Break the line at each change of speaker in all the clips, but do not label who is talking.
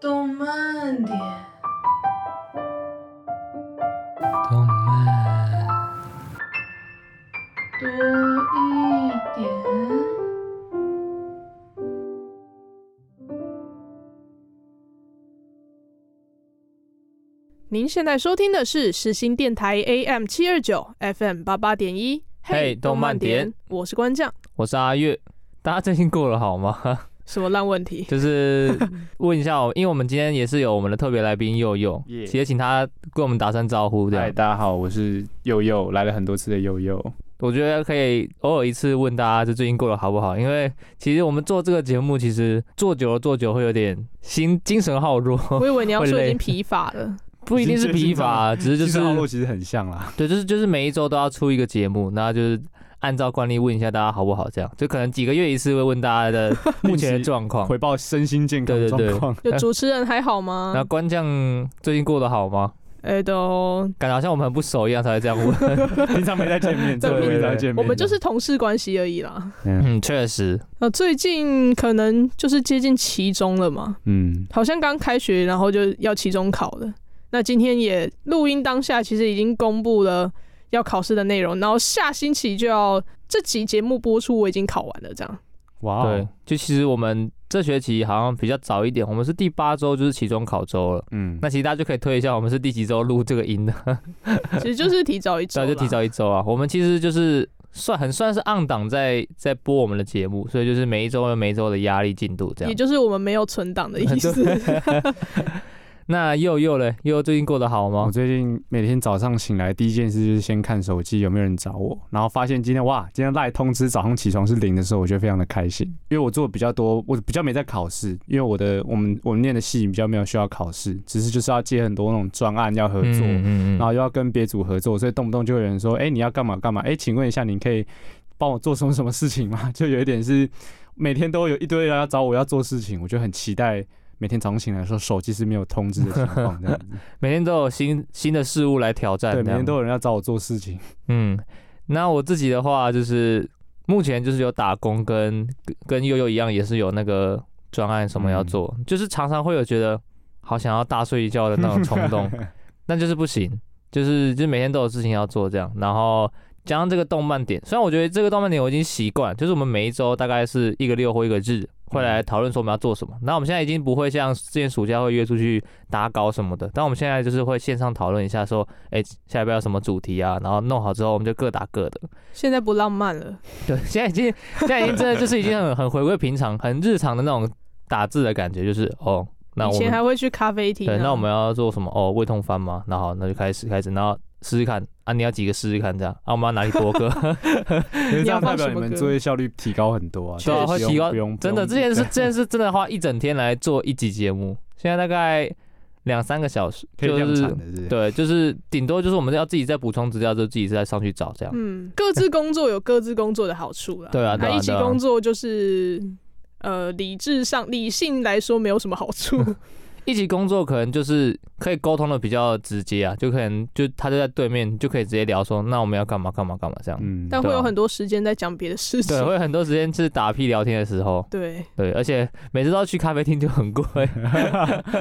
动慢点，
动漫，
多一点。
您现在收听的是世新电台 AM 七二九 FM 八八点一。
嘿动漫点，
我是关将。
我是阿月，大家最近过得好吗？
什么烂问题？
就是问一下我，因为我们今天也是有我们的特别来宾佑佑，
Yeah
也请他跟我们打声招呼。
嗨，
对，
大家好，我是佑佑，来了很多次的佑佑。
我觉得可以偶尔一次问大家，就最近过得好不好？因为其实我们做这个节目，其实做久了做久会有点心精神耗弱，
我以为你要
会
说已
累
经疲乏了。
不一定是疲乏，只是就
其实 奥洛
是
其实很像啦，
对，就是就是每一周都要出一个节目，那就是。按照惯例问一下大家好不好？这样就可能几个月一次会问大家的目前的状况。
回报身心健康
对对对
状况。
就主持人还好 吗
那？关将最近过得好吗？
哎、都，
感觉好像我们很不熟一样才会这样 问。
平常没在见面，
对
这么平常见
我
面，
们就是同事关系而已啦。
嗯
嗯，确实，
那最近可能就是接近期中了嘛，
嗯，
好像刚开学，然后就要期中考了。那今天也录音当下，其实已经公布了要考试的内容，然后下星期就要这集节目播出，我已经考完了，这样。
哇
对
哦，，
就其实我们这学期好像比较早一点，我们是第八周就是期中考周了。
嗯，
那其实大家就可以推一下我们是第几周录这个 音的，
其实就是提早一周
对，
啦，
就提早一周啊。我们其实就是算很算是按档在在播我们的节目，所以就是每一周有每一周的压力进度这
也
样。
就是我们没有存档的意 思。
对那佑佑嘞，佑佑最近过得好吗
我？最近每天早上醒来第一件事就是先看手机有没有人找我，然后发现今天哇，今天赖通知早上起床是零的时候，我觉得非常的开心，因为我做的比较多，我比较没在考试，因为我的我们我们念的系比较没有需要考试，只是就是要接很多那种专案要合作，
嗯
然后又要跟别组合作，所以动不动就有人说：“哎、你要干嘛干嘛？哎、请问一下，你可以帮我做什么什么事情吗？” 就有一点是每天都有一堆人要找我要做事情，我就很期待每天早上醒来的时候手机是没有通知的情况，这样子。
每天都有新新的事物来挑战，
对，
这
每
样
天都有人要找我做事 情。
嗯，那我自己的话就是目前就是有打工跟，跟悠悠一样，也是有那个专案什么要做，就是常常会有觉得好想要大睡一觉的那种冲动，但就是不行，就是就是每天都有事情要做这样，然后。加上这个动漫点，虽然我觉得这个动漫点我已经习惯，就是我们每一周大概是一个六或一个日会
嗯
来讨论说我们要做什么。那我们现在已经不会像之前暑假会约出去打稿什么的，但我们现在就是会线上讨论一下说哎、下一步要什么主题啊？然后弄好之后，我们就各打各的。
现在不浪漫了，
对，现在已经，现在已经真的就是已经很很回归平常、很日常的那种打字的感觉，就是哦，那
以
我
前
们
还会去咖啡厅啊、
对，那我们要做什么？哦，胃痛翻吗？那好，那就开始开始，然后试试看啊，你要几个试试看这样啊，我们要哪里播 歌？
可是这
要
样
放
代表
什么
你们
歌
作业效率提高很多啊，
对啊，
不
会
用
提高
不用，
真的，
不
之
用
前是之前是真的花一整天来做一集节目，现在大概两三个小时，
可以
就
量
是
产的是不是。
对，就是顶多就是我们要自己再补充资料，就自己再上去找这样。
嗯，各自工作有各自工作的好处啦。
对啊对
那
啊
一起
对啊
工作就是。呃，理智上、理性来说没有什么 好处，
啊一起工作可能就是可以沟通的比较直接啊，就可能就他就在对面就可以直接聊说，那我们要干嘛干嘛干嘛这样。
嗯，
但
对
会
啊
有很多时间在讲别的事情
对，。会有很多时间是打屁聊天的时候，
对，
对，而且每次都要去咖啡厅就很 贵，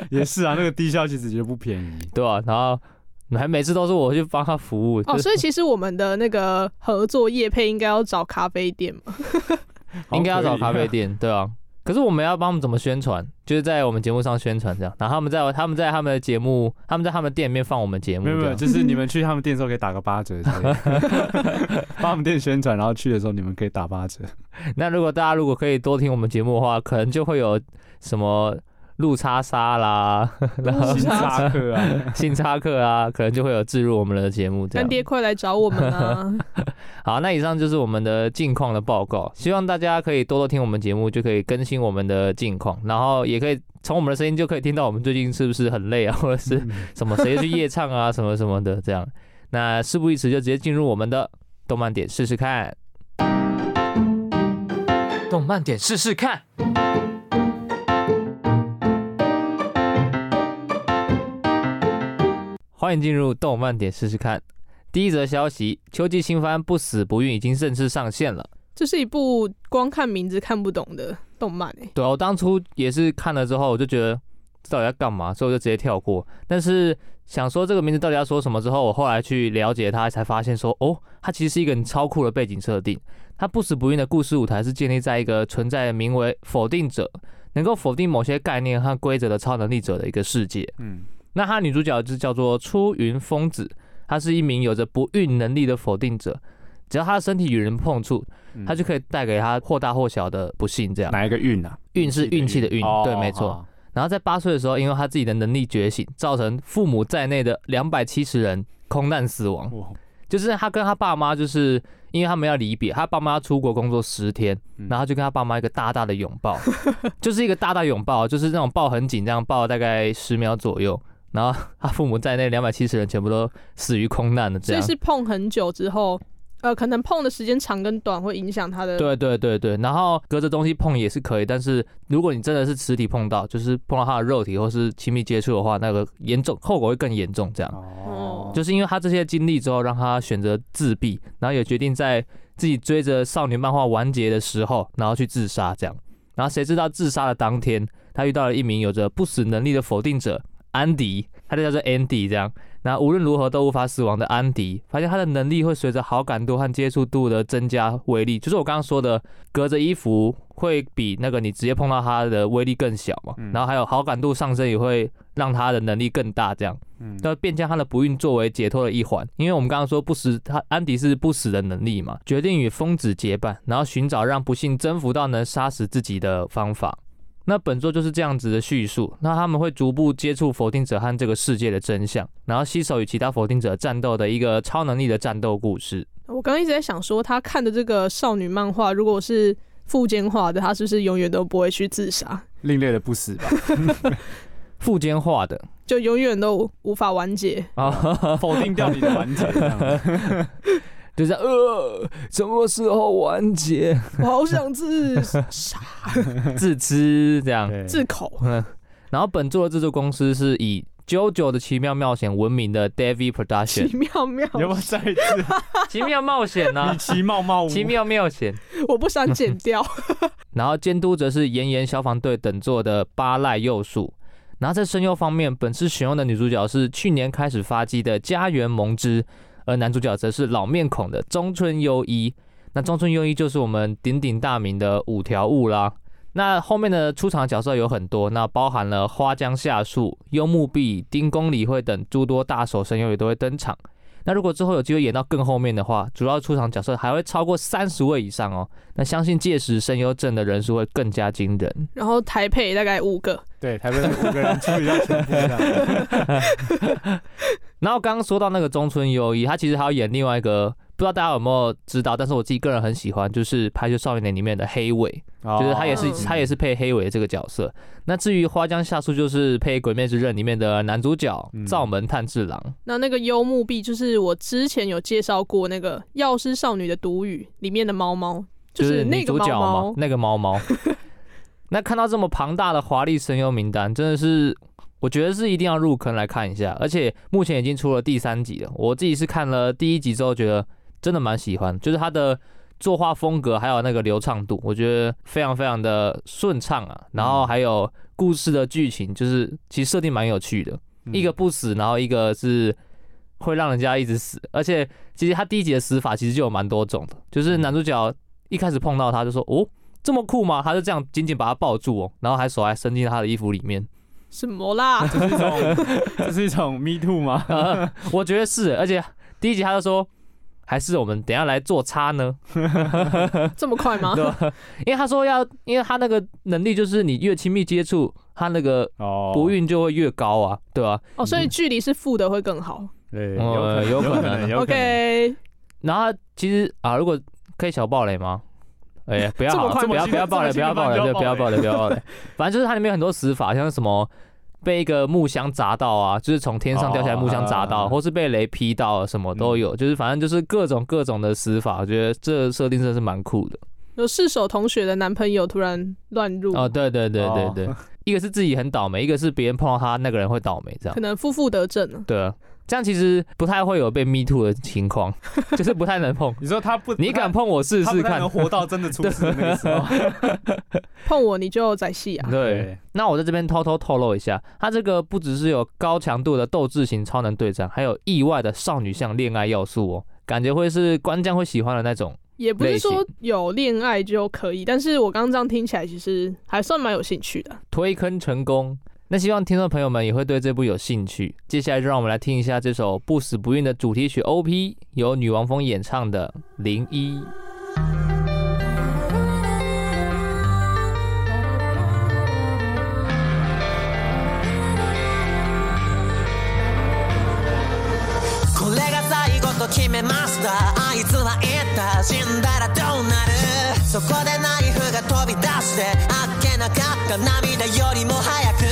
也是啊，那个低效其实就不便宜。
对吧、然后还每次都是我去帮他服务，
哦，
就是
所以其实我们的那个合作业配应该要找咖啡店嘛，
应该要找咖啡
店。
店，对啊。可是我们要帮他们怎么宣传，就是在我们节目上宣传这样，然后他们在他们在他们的节目，他们在他们店里面放我们节目
没有没
这
有，
样，
就是你们去他们店的时候可以打个八折之 类的，帮他们店宣传，然后去的时候你们可以打八折。
那如果大家如果可以多听我们节目的话，可能就会有什么路叉沙 啦，然后
星巴克啊，
新叉克啊，可能就会有置入我们的节目这
干
样。
爹快来找我 们啊！
好，那以上就是我们的近况的报告，希望大家可以多多听我们节目，就可以更新我们的近况，然后也可以从我们的声音就可以听到我们最近是不是很累啊，或者 是
嗯
什么谁去夜唱啊，什么什么的这样。那事不宜迟，就直接进入我们的动漫点试试看。动漫点试试看。欢迎进入动漫点试试看。第一则消息，秋季新番《不死不孕》已经正式上线了。
这是一部光看名字看不懂的动漫欸诶、
对啊，我当初也是看了之后，我就觉得这到底在干嘛，所以我就直接跳过。但是想说这个名字到底要说什么之后，我后来去了解它，才发现说，哦，它其实是一个很超酷的背景设定。它不死不孕的故事舞台是建立在一个存在名为否定者，能够否定某些概念和规则的超能力者的一个世界。
嗯，
那她女主角就叫做出云丰子，她是一名有着不孕能力的否定者，只要她的身体与人碰触，
嗯
她就可以带给她或大或小的不幸。这样，
哪一个运啊？
运是运气的运，对，没错。
哦。
然后在八岁的时候，因为他自己的能力觉醒，造成父母在内的两百七十人空难死亡。
哦哦
就是他跟他爸妈，就是因为他们要离别，他爸妈要出国工作十天，
嗯
然后就跟他爸妈一个大大的拥抱， 就是一个大大拥抱，就是那种抱很紧，这样抱大概十秒左右。然后他父母在内两百七十人全部都死于空难了，这
所以
样。
是碰很久之后，呃，可能碰的时间长跟短会影响它的。
对啊对对对，然后隔着东西碰也是可以，但是如果你真的是实体碰到，就是碰到他的肉体或是亲密接触的话，那个严重后果会更严重。这样，
哦，
就是因为他这些经历之后，让他选择自闭，然后也决定在自己追着少女漫画完结的时候，然后去自杀这样。然后谁知道自杀的当天，他遇到了一名有着不死能力的否定者安迪，他就叫做 Andy 这样。那无论如何都无法死亡的安迪，发现他的能力会随着好感度和接触度的增加威力，就是我刚刚说的，隔着衣服会比那个你直接碰到他的威力更小嘛。
嗯
然后还有好感度上升也会让他的能力更大这样。
嗯
那便将他的不孕作为解脱的一环，因为我们刚刚说不死，他安迪是不死的能力嘛，决定与疯子结伴，然后寻找让不幸征服到能杀死自己的方法。那本作就是这样子的叙述，那他们会逐步接触否定者和这个世界的真相，然后携手与其他否定者战斗的一个超能力的战斗故事。
我刚刚一直在想说，他看的这个少女漫画，如果是附件画的，他是不是永远都不会去自杀，
另类的不死吧？
附间化的
就永远都无法完结？
啊，
否定掉你的完整。啊这样
就是呃，什么时候完结？
我好想自杀
自知这样。
对
自口。
嗯，然后本作的制作公司是以《JoJo 的奇妙冒险》闻名的 David
奇
Production，
妙妙，
你要不要再一次？
奇妙冒险呢、
你其貌貌 无。
奇妙冒险。
我不想剪掉。
然后监督则是岩岩消防队等作的八濑佑树。然后在声优方面，本次选用的女主角是去年开始发迹的家园萌之，而男主角则是老面孔的中村优一。那中村优一就是我们鼎鼎大名的五条悟啦。那后面的出场角色有很多，那包含了花江夏树、幽木碧、丁宫理惠等诸多大手声优也都会登场。那如果之后有机会演到更后面的话，主要出场角色还会超过三十位以上哦。那相信届时声优阵的人数会更加惊人。
然后台配大概五个，
对，台湾五个人处理掉全部的。
然后刚刚说到那个中村优一，他其实还要演另外一个，不知道大家有没有知道，但是我自己个人很喜欢，就是《排球少年》里面的黑尾， 就是他也是、
哦
他也是配黑尾这个角色。那至于花江夏树，就是配《鬼灭之刃》里面的男主角
嗯
灶门炭治郎。
那那个幽木碧就是我之前有介绍过那个《药师少女的毒语》里面的猫猫，
就是
那
女
个
主
猫
角嘛
猫，。
那个猫 猫。那看到这么庞大的华丽声优名单，真的是我觉得是一定要入坑来看一下。而且目前已经出了第三集了，我自己是看了第一集之后觉得真的蛮喜欢，就是它的作画风格还有那个流畅度，我觉得非常非常的顺畅啊。然
嗯
后还有故事的剧情，就是其实设定蛮有趣的。一
嗯
个不死，然后一个是会让人家一直死。而且其实他第一集的死法其实就有蛮多种的，就是男主角一开始碰到他就说：“哦，这么酷吗？”他就这样紧紧把他抱住哦，然后还手还伸进他的衣服里面。
什么啦？
这是一种，这是一种 me too 吗？
呃我觉得是，而且第一集他就说。还是我们等一下来做叉呢，
这么快 吗
对？啊吧？因为他说要，因为他那个能力就是你越亲密接触，他那个
哦，
不孕就会越高啊，对吧、
哦，所以距离是负的会更好。
对，
呃有可能
有可能。
OK，
然后他其实啊，如果可以小暴雷吗？哎、 呀，不要
这么
好
快
不要
这么
不要暴雷，
这
不
么
要
近
暴雷，对，
就
不要
要
暴
爆
雷，不要暴雷。反正就是它里面有很多死法，像是什么被一个木箱砸到啊，就是从天上掉下来木箱砸到，
哦
或是被雷劈
嗯
到，什么都有。就是反正就是各种各种的死法，我觉得这个设定真的是蛮酷的。
有四手同学的男朋友突然乱入，
哦，对对对对
嗯哦
对，一个是自己很倒霉，一个是别人碰到他那个人会倒霉，这样
可能夫妇得正了。
对啊，这样其实不太会有被 me too 的情 况，就是不太能碰。
你说他不，
你敢碰我试
他
试
不太
看
能？活到真的出事的那个时候。
碰我你就宰戏啊！
对，，那我在这边偷偷透露一下，他这个不只是有高强度的斗志型超能对战，还有意外的少女向恋爱要素哦，感觉会是观将会喜欢的那种。
也不
类
是
型
说有恋爱就可以，但是我刚刚这样听起来，其实还算蛮有兴趣的。
推坑成功。那希望听众朋友们也会对这部有兴趣。接下来就让我们来听一下这首不死不孕的主题曲 OP，由女王峰演唱的《零一》。
これが最後と決めましたあいつは言った死んだらどうなるそこでナイフが飛び出してあっけなかった涙よりも早く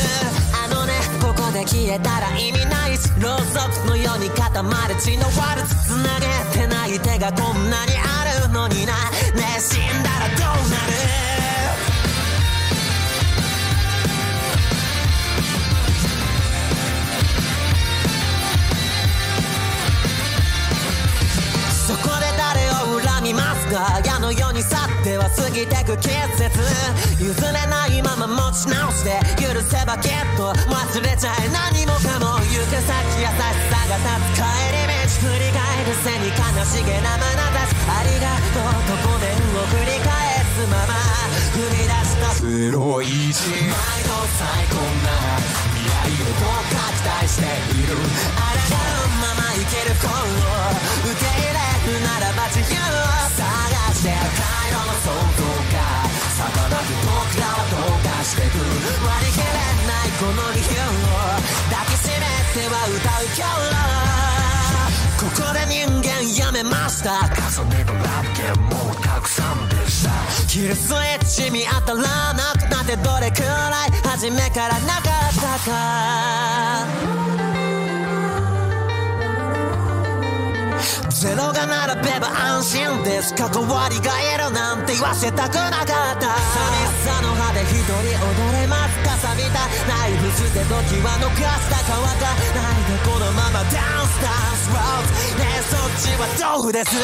あのねここで消えたら意味ないしろうそくのように固まる血のワルツ繋げてない手がこんなにあるのになねえ死んだらどうなるそこで誰を恨みますか矢の世に去っては過ぎてく季節譲れないまま持ち直して許せばきっと忘れちゃえ何もかも行く先優しさが立つ帰り道振り返る背に悲しげな眼差しありがとうと5年を繰り返すまま踏み出した黒い字毎度最高な未来をどう拡大しているあらがうまま生きる頃を受け入れるならば自由を探して回路の想像がさまなく僕らはどうかしてく割り切れないこの理由を抱きしめては歌う今日ここで人間やめました重ねのラブゲームもうたくさんでしたキルスイッチ見当たらなくなってどれくらい初めからなかったかゼロが並べば安心です関わりがいるなんて言わせたくなかった寂しさの葉で一人踊れますか錆びたナイフ捨て時は残した乾かないでこのままダンスダンスローズねえそっちは豆腐です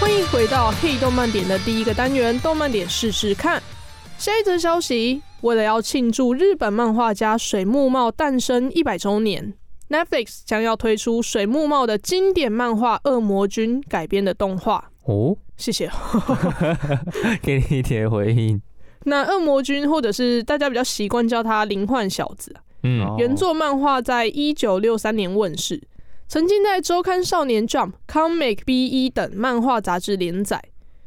欢迎回到《嘿动漫点》的第一个单元《动漫点试试看》。下一则消息，为了要庆祝日本漫画家水木茂诞生一百周年，Netflix 将要推出水木茂的经典漫画《恶魔君》改编的动画。
哦，
谢谢。
给你一点回应。
那恶魔君，或者是大家比较习惯叫他灵幻小子，啊
嗯，
哦
原作漫画在一九六三年问世，曾经在周刊少年 Jump、Comic BE 等漫画杂志连载。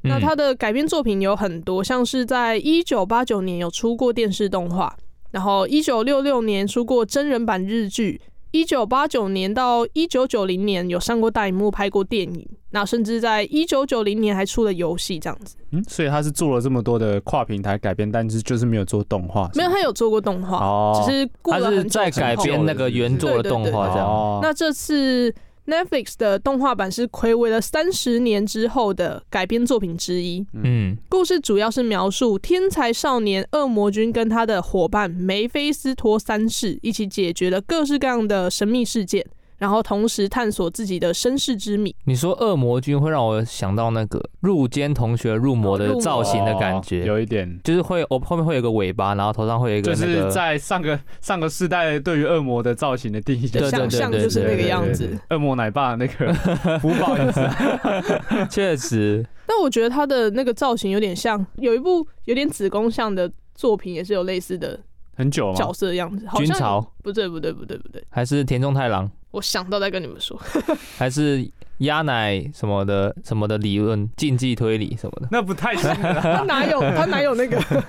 嗯
那他的改编作品有很多，像是在一九八九年有出过电视动画，然后一九六六年出过真人版日剧，一九八九年到一九九零年有上过大荧幕拍过电影，那甚至在一九九零年还出了游戏这样子。
嗯，所以他是做了这么多的跨平台改编，但是就是没有做动画，
没有，
是吗
他有做过动画，
哦
只是过
他
了
是
很久
在
之
改
后
编那个原作的动画这样。
哦，
那这次 Netflix 的动画版是暌违了三十年之后的改编作品之一。
嗯，
故事主要是描述天才少年恶魔君跟他的伙伴梅菲斯托三世一起解决了各式各样的神秘事件，然后同时探索自己的身世之谜。
你说恶魔君会让我想到那个入间同学入魔的造型的感
哦
觉，
有一点。
就是会我后面会有个尾巴，然后头上会有一个
就
那
是
个。
在上个上个世代对于恶魔的造型的定义，
对
想象就是那个样
对对
子
对。恶魔奶爸那个 福宝也是，
确实，
但我觉得他的那个造型有点像，有一部有点子宫像的作品也是有类似的
很久嘛
角，色的样子，好
军
像
曹
不对不对不对不对，
还是田中太郎，
我想到再跟你们 说。
还是鸭奶什么的什么的理论竞技推理什么的。
那不太新 了啦。
他哪有他哪有那个？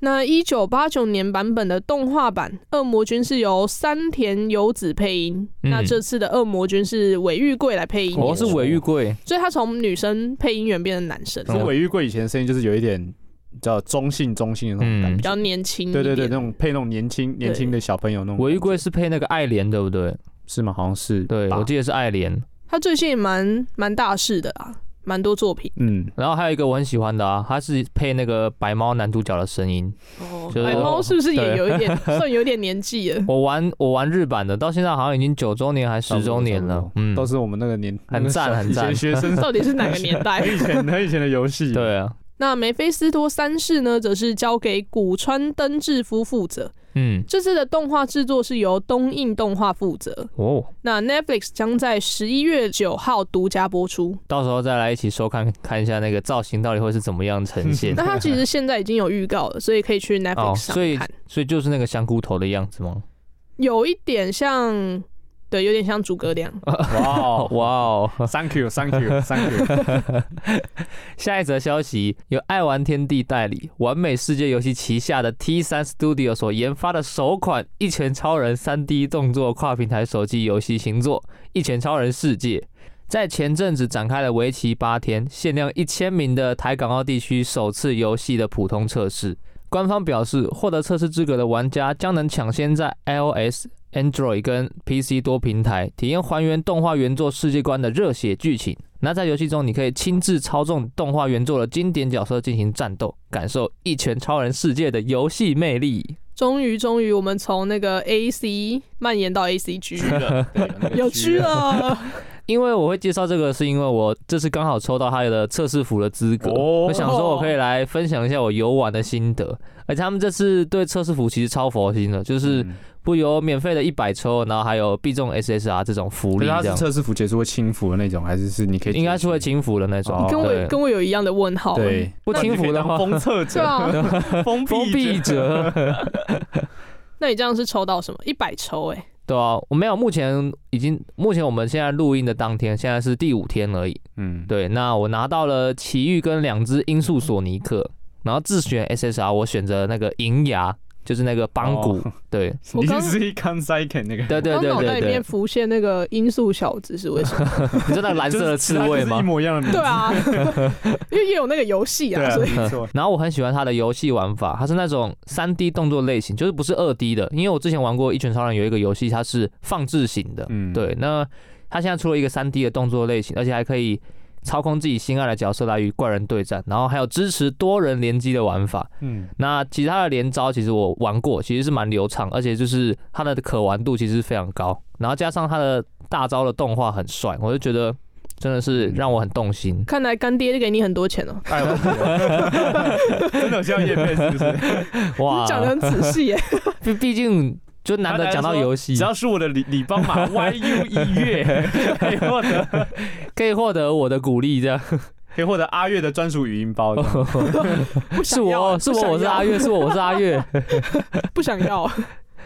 那一九八九年版本的动画版《恶魔君》是由山田由子配音，
嗯
那这次的《恶魔君》是尾玉贵来配音，
哦
我哦是尾玉贵，
所以他从女生配音员变成男生，
是尾玉贵以前的声音就是有一点你知道中性中性的那种感
嗯
比
觉，
较年轻一
对
点。
对对，那种配那种年轻年轻的小朋友那种。
尾玉贵是配那个爱莲对不对？
是吗？好像是吧，
对我记得是爱莲，
他最近也蛮蛮大事的啊，蛮多作品
嗯，
然后还有一个我很喜欢的啊，他是配那个白猫男主角的声音。
哦
就是
白猫是不是
对
也有一 点算有点年纪了？
我玩我玩日版的，到现在好像已经九周年还十周年
差
了
不多，
嗯，
都是我们那个年，
很赞
那个
很赞
以前学生
到底是哪个年代？
以前很以前的游戏，
对啊，
那梅菲斯托三世呢，则是交给古川登志夫负责。
嗯，
这次的动画制作是由东映动画负责。
哦，
那 Netflix 将在十一月九号独家播出。
到时候再来一起收看看一下那个造型到底会是怎么样呈现
那它其实现在已经有预告了，所以可以去
哦，
Netflix 上
所以
看。
所以就是那个香菇头的样子吗？
有一点像，对，有点像诸葛亮。
哇
哦， 哇哦！
，Thank you，Thank you，Thank you。
下一则消息由爱玩天地代理，完美世界游戏旗下的 T 三 Studio 所研发的首款《一拳超人》3D 动作跨平台手机游戏新作《一拳超人世界》。在前阵子展开了为期八天、限量一千名的台港澳地区首次游戏的普通测试。官方表示，获得测试资格的玩家将能抢先在 iOS、Android 跟 PC 多平台体验还原动画原作世界观的热血剧情。那在游戏中，你可以亲自操纵动画原作的经典角色进行战斗，感受一拳超人世界的游戏魅力。
终于，终于，我们从那个 AC 蔓延 到 ACG，有哦趣
哦
了。
因为我会介绍这个，是因为我这次刚好抽到他的测试服的资格，
哦
我想说我可以来分享一下我游玩的心得。而且他们这次对测试服其实超佛心的，就是
嗯
不由免费的一百抽，然后还有必中 SSR 这种福利，
可是它
这
是
样
测试服结束会轻浮的那种，还是是你可以
应该是会轻浮的那种
哦。
跟我
对
跟我有一样的问号。
对，
不
那你
轻
可以
浮的
当
话，
封测
对
者、
啊，
封
封闭
闭者。
者。
那你这样是抽到什么？一百抽哎、
对啊，我没有，目前已经，目前我们现在录音的当天，现在是第五天而已。
嗯，
对，那我拿到了奇遇跟两只音速索尼克，然后自选 SSR，我选择那个银牙，就是那个邦古。
哦
对，
我
你
刚
是一 con second 那个，
对对
刚
对
脑袋
对
里面
对，
浮现那个音速小子是为什么？
你知道那个蓝色的刺
就是
猬
其他就是
吗
一？模一样的名字
对，啊， 因为也有那个游戏
对
啊，
啊，
所以
没错。
然后我很喜欢它的游戏玩法，它是那种三 D 动作类型，就是不是二 D 的。因为我之前玩过《一拳超人》有一个游戏，它是放置型的，
嗯
对。那它现在出了一个三 D 的动作类型，而且还可以操控自己心爱的角色来与怪人对战，然后还有支持多人联机的玩法。
嗯，
那其他的连招其实我玩过，其实是蛮流畅，而且就是它的可玩度其实非常高，然后加上它的大招的动画很帅，我就觉得真的是让我很动心。
看来干爹给你很多钱哦、
哎，我 真的有需要叶配是不是？
哇，
你讲的很仔细 耶、
毕毕竟就 难得讲到游戏
只，要是我的李李邦 马 YU 一 E 月，可以获得
可以获得我的鼓励，这样
可以获得阿月的专属语音包的。
是我是
不想要啊不想
我
要
我是阿月是我我是阿月，
不想 要，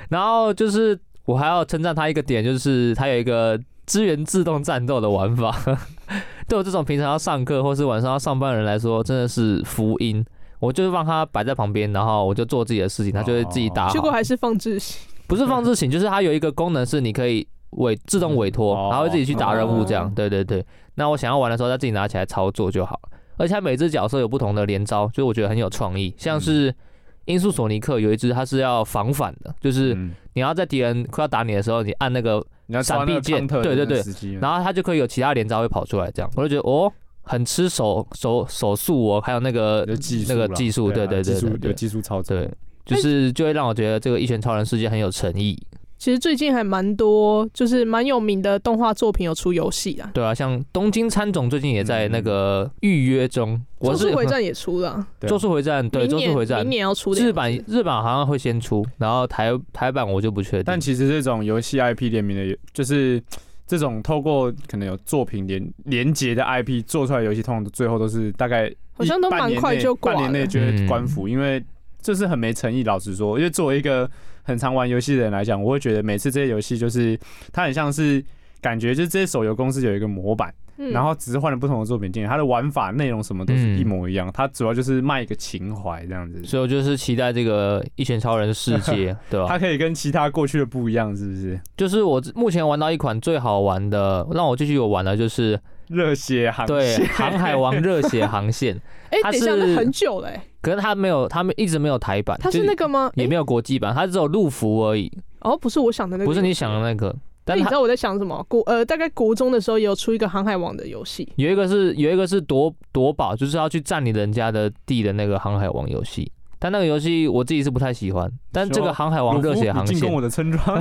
然后就是我还要称赞他一个点，就是他有一个支援自动战斗的玩法， 对我这种平常要上课或是晚上要上班的人来说，真的是福音。我就是让他摆在旁边，然后我就做自己的事情，他就会自己打好。
结果还是放置型。
不是放置型，就是它有一个功能是你可以委自动委托
哦，
然后自己去打任务这样
哦。
对对对，那我想要玩的时候再自己拿起来操作就好了。而且它每只角色有不同的连招，所以我觉得很有创意。像是音速索尼克有一只，它是要防反的， 就是
嗯，
你要在敌人快要打你的时候，你按那个，
你要抓
闪
那
避
个
键
counter
对对
的那
对
个时机啊嘛
然后它就可以有其他连招会跑出来
嗯
这样。我就觉得哦，很吃手手手速哦，还有那个
有技术
那
啦
个技术，对
对
对
啊技
对
术
对
有
对，
技术嗯操作。
对，就是就会让我觉得这个一拳超人世界很有诚意。
其实最近还蛮多，就是蛮有名的动画作品有出游戏啊，
对啊，像东京参总最近也在那
嗯
个预约中，
《咒
我是
术回 战》也出了啊，
对啊
咒术回战，对，
明
咒术
年
回战
明，年要出的样子。
日版日版好像会先出，然后台台版我就不确定
但。其实这种游戏 IP 联名的，就是这种透过可能有作品连连接的 IP 做出来的游戏，通常最后都是大概
好像都
一
蛮
半年内
快就挂
半年
了
内就会官服，
嗯
因为这是很没诚意。老实说，因为作为一个很常玩游戏的人来讲，我会觉得每次这些游戏就是它很像是。感觉就是这些手游公司有一个模板，
嗯
然后只是换了不同的作品进来，它的玩法、内容什么都是一模一样，它主要就是卖一个情怀这样子。
所以我嗯就是啊期待这个一拳超人世 界，对吧、
它可以跟其他过去的不一样，是不是？
就是我目前玩到一款最好玩的，让我继续有玩的，就是
热血航
对
线
《航海王热血航线》，
哎、
它
等一下，
是
那很久了欸，
可是它没有，它们一直没有台版，
它是
就
那个吗？
也
诶
没有国际版，它只有路服而已，
哦，不是我想的那个，
不是你想的那个。
那
但
你知
它
道我在想什么？国呃，大概国中的时候也有出一个航海王的游戏，
有一个是有一个是夺夺宝，就是要去占领人家的地的那个航海王游戏。但那个游戏我自己是不太喜欢，但这个航海王热血航
进攻
线，
我的 村庄，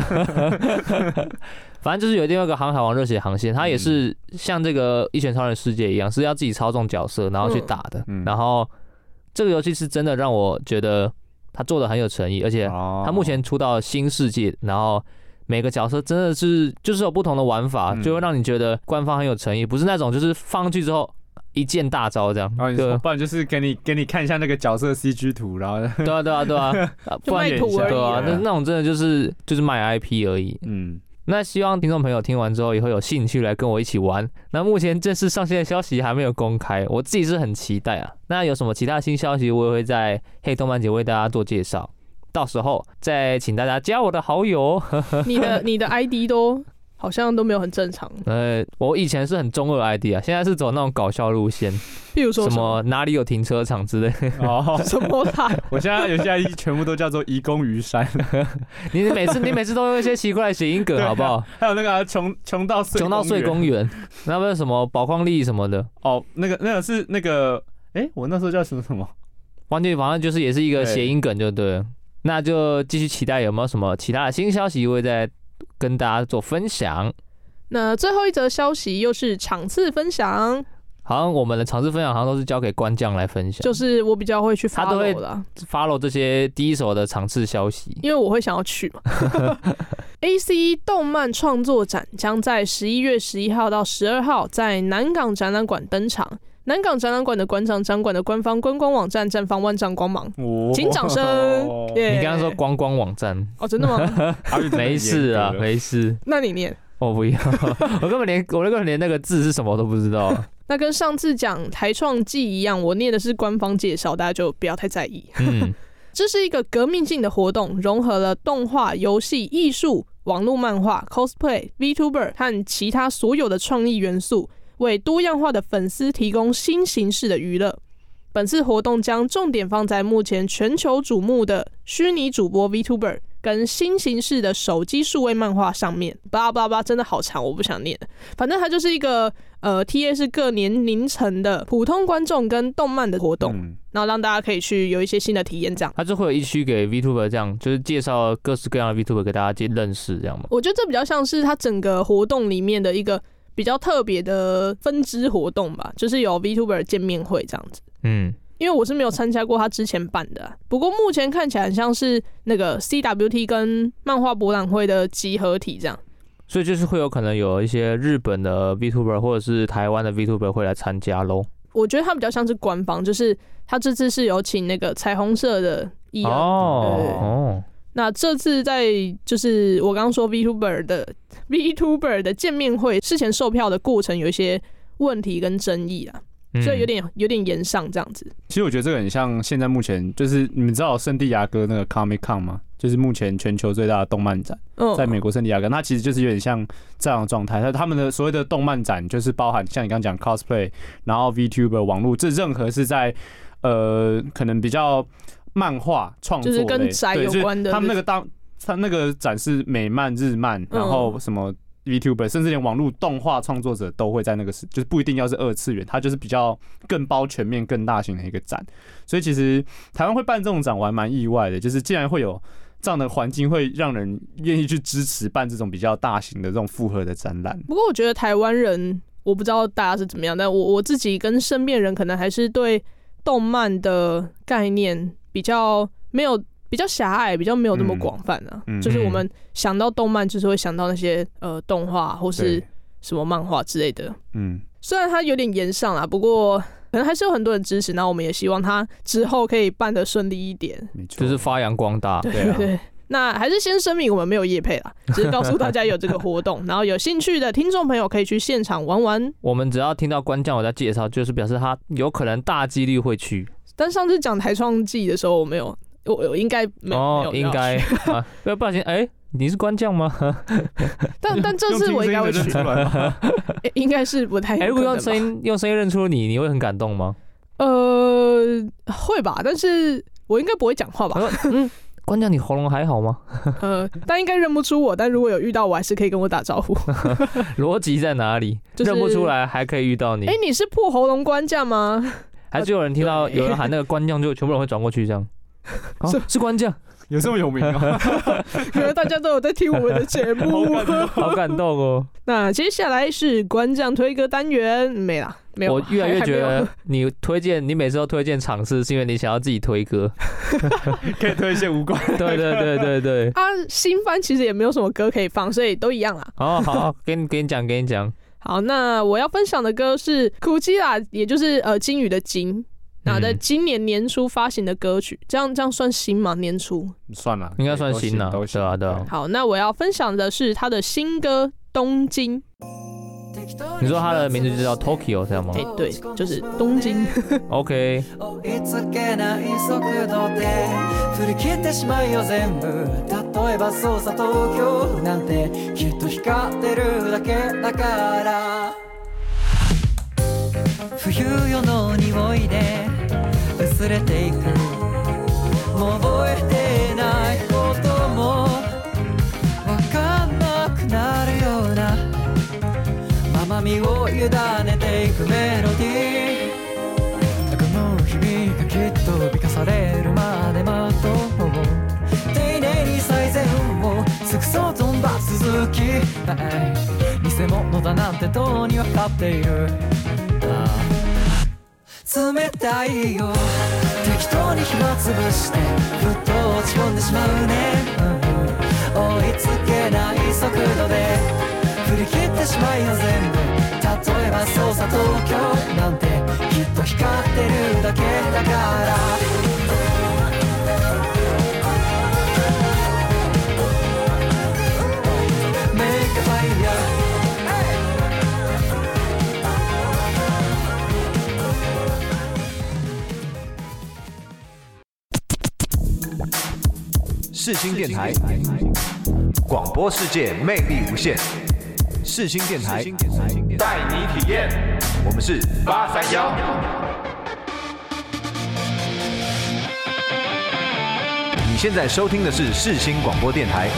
反正就是有另外一个航海王热血航线，它也是像这个一拳超人世界一样，是要自己操纵角色然后去
嗯
打的。
嗯
然后这个游戏是真的让我觉得他做的很有诚意，而且
他
他目前出到新世界，然后每个角色真的是就是有不同的玩法，
嗯
就会让你觉得官方很有诚意，不是那种就是放上去之后一箭大招这样。
哦然后你
对
说，
啊
不然就是给你给你看一下那个角色 CG 图，然后
对啊对啊对啊，啊
就
不然
卖
也
图
想
而已
对
啊。
啊，那
对
那种真的就是就是卖 IP 而已。
嗯，
那希望听众朋友听完之后也会有兴趣来跟我一起玩。那目前正式上线的消息还没有公开，我自己是很期待啊。那有什么其他新消息，我也会在黑动漫节为大家做介绍。到时候再请大家加我的好友 哦。
你的你的 ID 都好像都没有很正常，
呃，我以前是很中二 ID 啊，现在是走那种搞笑路线，
譬如说
什么哪里有停车场之类。
哦，
什么啦，
我现在有些 ID 全部都叫做移工 于山，
你每次你每次都用一些奇怪的谐音梗，
对啊
好不好？
还有那个啊穷穷到碎
穷到碎
园
公园，那不是什么宝矿力什么的，
哦，那个那个是那个，哎、我那时候叫什么什么？
忘记反正就是也是一个
对
谐音梗就对了。那就继续期待有没有什么其他的新消息，我会再跟大家做分享。
那最后一则消息又是场次分享，
好像我们的尝试分享好像都是交给官将来分享，
就是我比较会去
他都会
follow 啦，
follow 这些第一手的场次消息。
因为我会想要 去嘛。A C 动漫创作展将在十一月十一号到十二号在南港展览馆登场。南港展览馆的馆长展馆的官方观光网站绽放万丈光芒，
哦
请 掌声！耶
你刚刚说观光网 站，
哦，真的吗？
没事啊，没事。
那你念。
我不要， 我根本连我根本连那个字是什么都不知道。
那跟上次讲台创季一样，我念的是官方介绍，大家就不要太在意。
嗯，
这是一个革命性的活动，融合了动画、游戏、艺术、网络漫画、cosplay、VTuber 和其他所有的创意元素，为多样化的粉丝提供新形式的娱乐。本次活动将重点放在目前全球瞩目的虚拟主播 VTuber 跟新形式的手机数位漫画上面。叭叭叭，真的好长，我不想念。反正它就是一个呃，TA 是各年龄层的普通观众跟动漫的活动，
嗯
然后让大家可以去有一些新的体验这样。
它就会有一区给 VTuber 这样，就是介绍各式各样的 VTuber 给大家去认识这样嘛。
我觉得这比较像是它整个活动里面的一个比较特别的分支活动吧，就是有 VTuber 见面会这样子。
嗯，
因为我是没有参加过他之前办的啊、不过目前看起来很像是那个 CWT 跟漫画博览会的集合体这样。
所以就是会有可能有一些日本的 VTuber 或者是台湾的 VTuber 会来参加喽。
我觉得它比较像是官方，就是他这次是有请那个彩虹社的艺人。
哦哦，
那这次在就是我刚刚说 VTuber 的 VTuber 的见面会，事前售票的过程有一些问题跟争议啊。
嗯
所以有点有点延上这样子。
其实我觉得这个很像现在目前就是你们知道圣地亚哥那个 Comic Con 吗？就是目前全球最大的动漫展，
嗯，
在美国圣地亚哥，那其实就是有点像这样的状态。它他们的所谓的动漫展，就是包含像你刚刚讲 cosplay，然后 VTuber 网络，这任何是在呃可能比较漫画创作
就是
类，
跟宅
对
有
就是
关的
他们
那
那个当他那个展是美漫、日漫，
嗯
然后什么 VTuber，甚至连网络动画创作者都会在那个时，就是不一定要是二次元，它就是比较更包全面、更大型的一个展。所以其实台湾会办这种展，我还蛮意外的，就是竟然会有这样的环境，会让人愿意去支持办这种比较大型的这种复合的展览。
不过我觉得台湾人，我不知道大家是怎么样，但我我自己跟身边人可能还是对动漫的概念比较没有比较狭隘，比较没有那么
嗯
广泛啊。
嗯
就是我们想到动漫，就是会想到那些呃动画或是
嗯对，
什么漫画之类的。
嗯，
虽然它有点延上啦，不过可能还是有很多人支持。那我们也希望它之后可以办得顺利一点。
没错，
就是发扬光大。
对啊
对，那还是先声明，我们没有业配 啦，只是告诉大家有这个活动，然后有兴趣的听众朋友可以去现场玩玩。
我们只要听到官将我在介绍，就是表示他有可能大几率会去。
但上次讲台创季的时候，我没有，我我应该没有，
哦，
没有
应 该，啊，不要不小心，哎，你是官将吗？
但但 这次我应该会去，诶 应该是不太
哎，
有
如果用
可能吧
声音用声音认出你，你会很感动吗？
呃会吧，但是我应该不会讲话吧？
嗯，关掉你喉咙还好吗？
呃，但应该认不出我，但如果有遇到我，还是可以跟我打招呼。
逻辑在哪里？
就是
认不出来还可以遇到你，
哎、你是破喉咙关将吗？
还是有人听到
对
有人喊那个关将，就全部人会转过去这 样。啊
是，
是关 将，
有这么有名啊？
原来大家都有在听我们的节目。
好感动哦！
那接下来是关将推歌单元，没啦，没有。
我越来越
还
觉，
还没
得
有
你推荐，你每次都推荐场次，是因为你想要自己推 歌。
可以推一些无关。
对对对对对。
啊，新番其实也没有什么歌可以放，所以都一样啦。
哦，好，给你给你讲，给你讲。
好，那我要分享的歌是《哭泣啦》，也就是呃金鱼的金。那在
嗯
今年年初发行的歌曲，这样这样算新吗？年初。
算了，
应该算新啦
都行
对啊对啊。
好，那我要分享的是他的新歌《东京》。
你说他的名字就叫 Tokyo 这样吗
哎、对，就是东京。
？OK，
追いつけない速度で振り切ってしまうよ全部例えばそうさ東京なんてきっと光ってるだけだから冬夜の匂いで薄れていくもう覚えてないこともわかんなくなるようなまま身を委ねていくメロディーこの日々がきっと美化されるまで待とう丁寧に最善を尽くそう飛ばす続き偽物だなんてどうにわかっているああ冷たいよ適当に暇つぶしてふっと落ち込んでしまうね、うん追いつけない速度で振り切ってしまいよ全部例えばそうさ東京なんてきっと光ってるだけだから「メイクファイヤー」
世新电台，广播世界魅力无限。世新电台，带你体验。我们是八三幺。你现在收听的是世新广播电台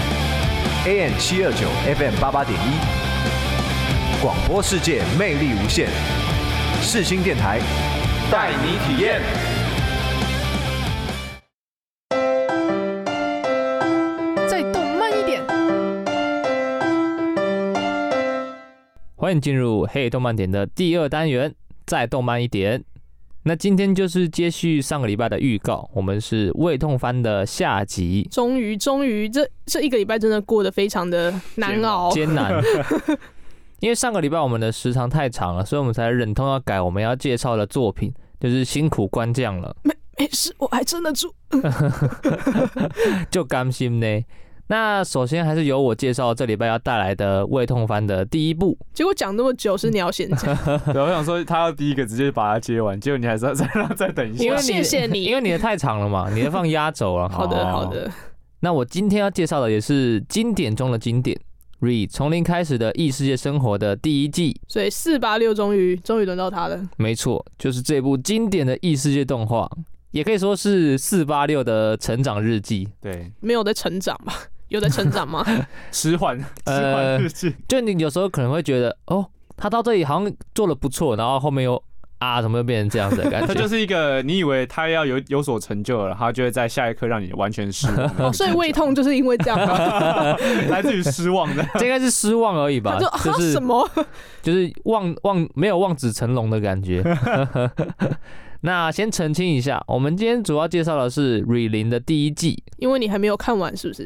，AM 七二九，FM 八八点一。广播世界魅力无限，世新电台，带你体验。
再动慢一点。
欢迎进入黑动漫点的第二单元，再动漫一点。那今天就是接续上个礼拜的预告，我们是胃痛番的下集，
终于，终于，这这一个礼拜真的过得非常的难熬。
艰难。因为上个礼拜我们的时长太长了，所以我们才忍痛要改我们要介绍的作品，就是辛苦关将了。
没事，我还撑得住。
就甘心呢。那首先还是由我介绍这礼拜要带来的胃痛番的第一部，
结果讲那么久是你要先讲，
对，我想说他要第一个直接把它接完，结果你还是要再让再等一下
因为你
谢谢你
因为你的哦太长了嘛，你的放压轴了。
好的，好的。
那我今天要介绍的也是经典中的经典，《re 从零开始的异世界生活》的第一季，
所以四八六终于终于轮到他了。
没错，就是这部经典的异世界动画，也可以说是四八六的成长日记。
对，
没有在成长吧？ 有在成 长吗？，
迟缓，迟缓日记，
就你有时候可能会觉得，哦，他到这里好像做的不错，然后后面又啊，怎么又变成这样子的感觉？
他就是一个你以为他要有有所成就了，他就会在下一刻让你完全失望
哦所以胃痛就是因为这 样吗？
来自于失望的。
这应该是失望而已吧
他就，
就
啊
是
什么？
就是望望没有望子成龙的感觉。 那先澄清一下，我们今天主要介绍的是《瑞林》的第一季，
因为你还没有看完，是 不是？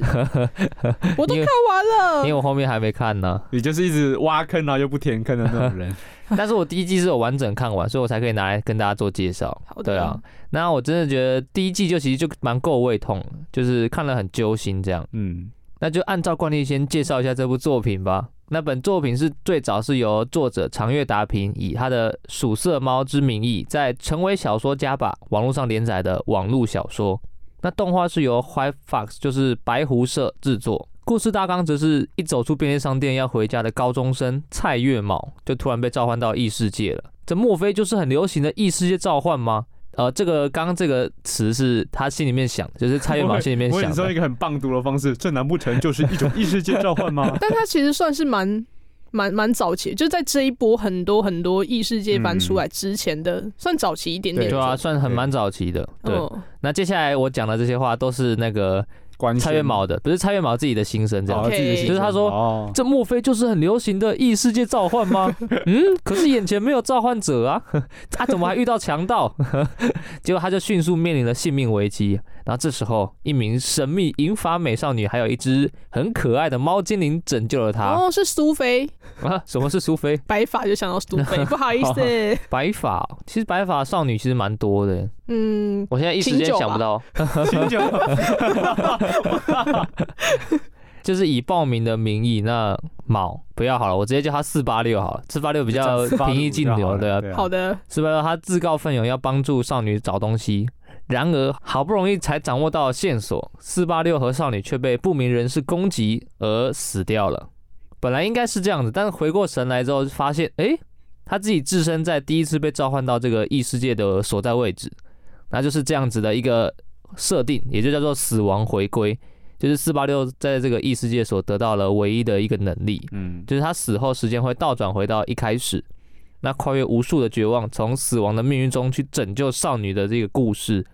我都
因为
看完
因为
了。
我后面还没看呢。
你就是一直挖坑然后又不填坑的那种人，
但是我第一季是有完整看完，所以我才可以拿来跟大家做介绍
好。的？
对啊，那我真的觉得第一季就其实就蛮够胃痛了，就是看了很揪心这样。
嗯，
那就按照惯例先介绍一下这部作品吧。那本作品是最早是由作者长月达平以他的《鼠色猫》之名义，在成为小说家吧网络上连载的网络小说。那动画是由 White Fox，就是白狐社制作。故事大纲则是一走出便利商店要回家的高中生蔡月卯，就突然被召唤到异世界了。这莫非就是很流行的异世界召唤吗？呃，这个刚刚这个词是他心里面想的，就是蔡元宝心里面
我
想
跟你说
的
一。个很棒读的方式，这难不成就是一种异世界召唤吗
但他其实算是蛮蛮蛮早期，就在这一波很多很多异世界番出来之前的，算早期一点嗯点。
嗯对啊，算很
对
蛮早期的。对，
嗯，
那接下来我讲的这些话都是那个
关
蔡元宝的，不是蔡元宝自己的心声，这样。
哦自己的心声
就是他说
哦
这莫非就是很流行的异世界召唤吗？嗯，可是眼前没有召唤者啊， 他怎么还遇到强盗？ 结果他就迅速面临了性命危机。然后这时候，一名神秘银发美少女还有一只很可爱的猫精灵拯救了他。
哦，是苏菲，
啊，什么是苏菲？
白发就想到苏 菲，不好意思，
白发，哦其实白发少女其实蛮多的，
嗯，
我现在一时间想不到。
清 酒
就是以报名的名义，那卯不要好了，我直接叫他四八六好了，四八六比较平易近流， 对啊，
好的，
是吧？他自告奋勇要帮助少女找东西，然而好不容易才掌握到线索，四八六和少女却被不明人士攻击而死掉了。本来应该是这样子，但是回过神来之后发现，诶，他自己置身在第一次被召唤到这个异世界的所在位置，那就是这样子的一个设定，也就叫做死亡回归，就是四八六在这个异世界所得到了唯一的一个能力。
嗯，
就是他死后时间会倒转回到一开始，那跨越无数的绝望，从死亡的命运中去拯救少女的这个故事，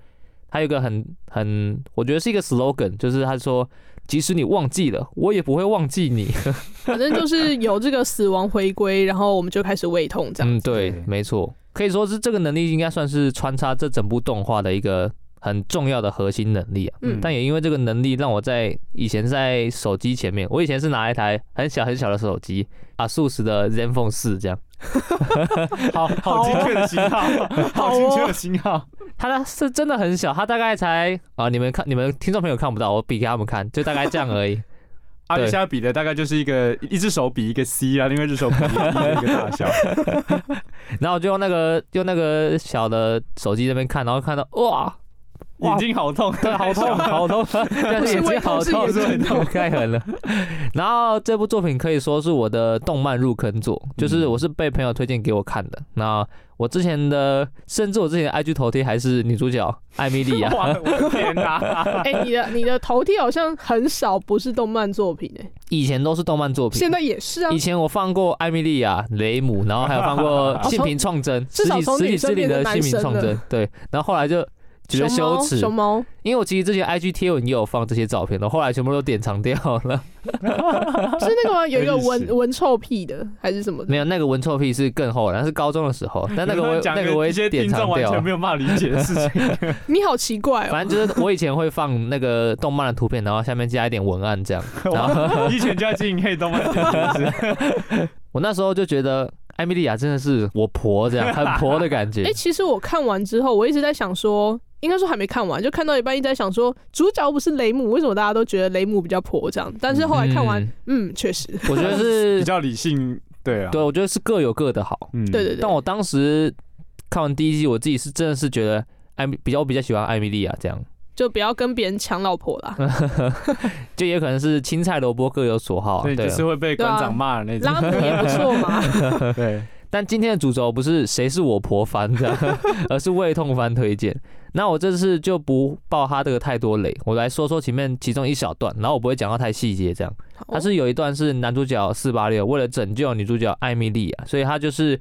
它有一个很很，我觉得是一个 slogan，就是他说，即使你忘记了，我也不会忘记你。
反正就是有这个死亡回归，然后我们就开始胃 痛 这样。
嗯，对
对，
没错，可以说是这个能力应该算是穿插这整部动画的一个很重要的核心能力啊。
嗯
但也因为这个能力，让我在以前在手机前面，我以前是拿一台很小很小的手机啊，素食的 ZenFone 四 这样。
好好精确的型号，好精确的型号，
它呢是真的很小，它大概才啊、你们看你们听众朋友看不到，我比给他们看，就大概这样而已。
阿
对
里虾比的大概就是一个一只手比一个 C 啊，另外一只手比一个 E 的一个大小。
然后我就用那个用那个小的手机这边看，然后看到哇，哇
眼睛好痛，
对，好痛，好痛，但是眼睛好痛，
不是胃痛是眼睛痛
太狠了。然后这部作品可以说是我的动漫入坑作，就是我是被朋友推荐给我看的。那我之前的，甚至我之前的 IG 头贴还是女主角艾米莉啊亚，
哇！我的天哪、
哎、你的你的头贴好像很少不是动漫作品哎、
以前都是动漫作品，
现在也是啊
以，前我放过艾米莉亚、雷姆，然后还有放 过《性平创真》，
至
十
少
几
哦从
十
女
几
生
之灵
变
的
成
《性
男
平创
生
真》
了，
对，然后后来就觉得羞耻，
熊猫，
因为我其实之前 IG 贴文也有放这些照片的，后来全部都典藏掉了。
熊猫是那个 吗？有一个
有意
文
思
文臭屁的还是什么的？
没有那个文臭屁是更后来，那是高中的时 候， 但那个我
讲
那个我
一些
也典
听众
藏
完
掉
全。没有办法理解的事情。
你好奇怪哦、
反正就是我以前会放那个动漫的图片，然后下面加一点文案这 样。然后
我以前就要经营 黑动漫这件事，
我那时候就觉得艾米莉亚真的是我婆 这样，很婆的感觉
哎、。其实我看完之后，我一直在想说，应该说还没看完，就看到一半一直在想说，主角不是雷姆，为什么大家都觉得雷姆比较婆这样？但是后来看完，嗯，确、实，
我觉得是
比，较理性，对啊，
对，我觉得是各有各的好。
嗯，
对对对。
但我当时看完第一季，我自己是真的是觉得艾米比较我比较喜欢艾米莉啊亚这样，
就不要跟别人抢老婆啦，
就也可能是青菜萝卜各有所好、啊，
所以
对
就。是会被馆长骂的那
拉姆
种。
也不错 嘛。
对，
但今天的主轴不是谁是我婆番这样，而是胃痛番推荐。那我这次就不爆他这个太多雷，我来说说前面其中一小段，然后我不会讲到太细节这样。他是有一段是男主角四八六为了拯救女主角艾米莉啊亚，所以他就是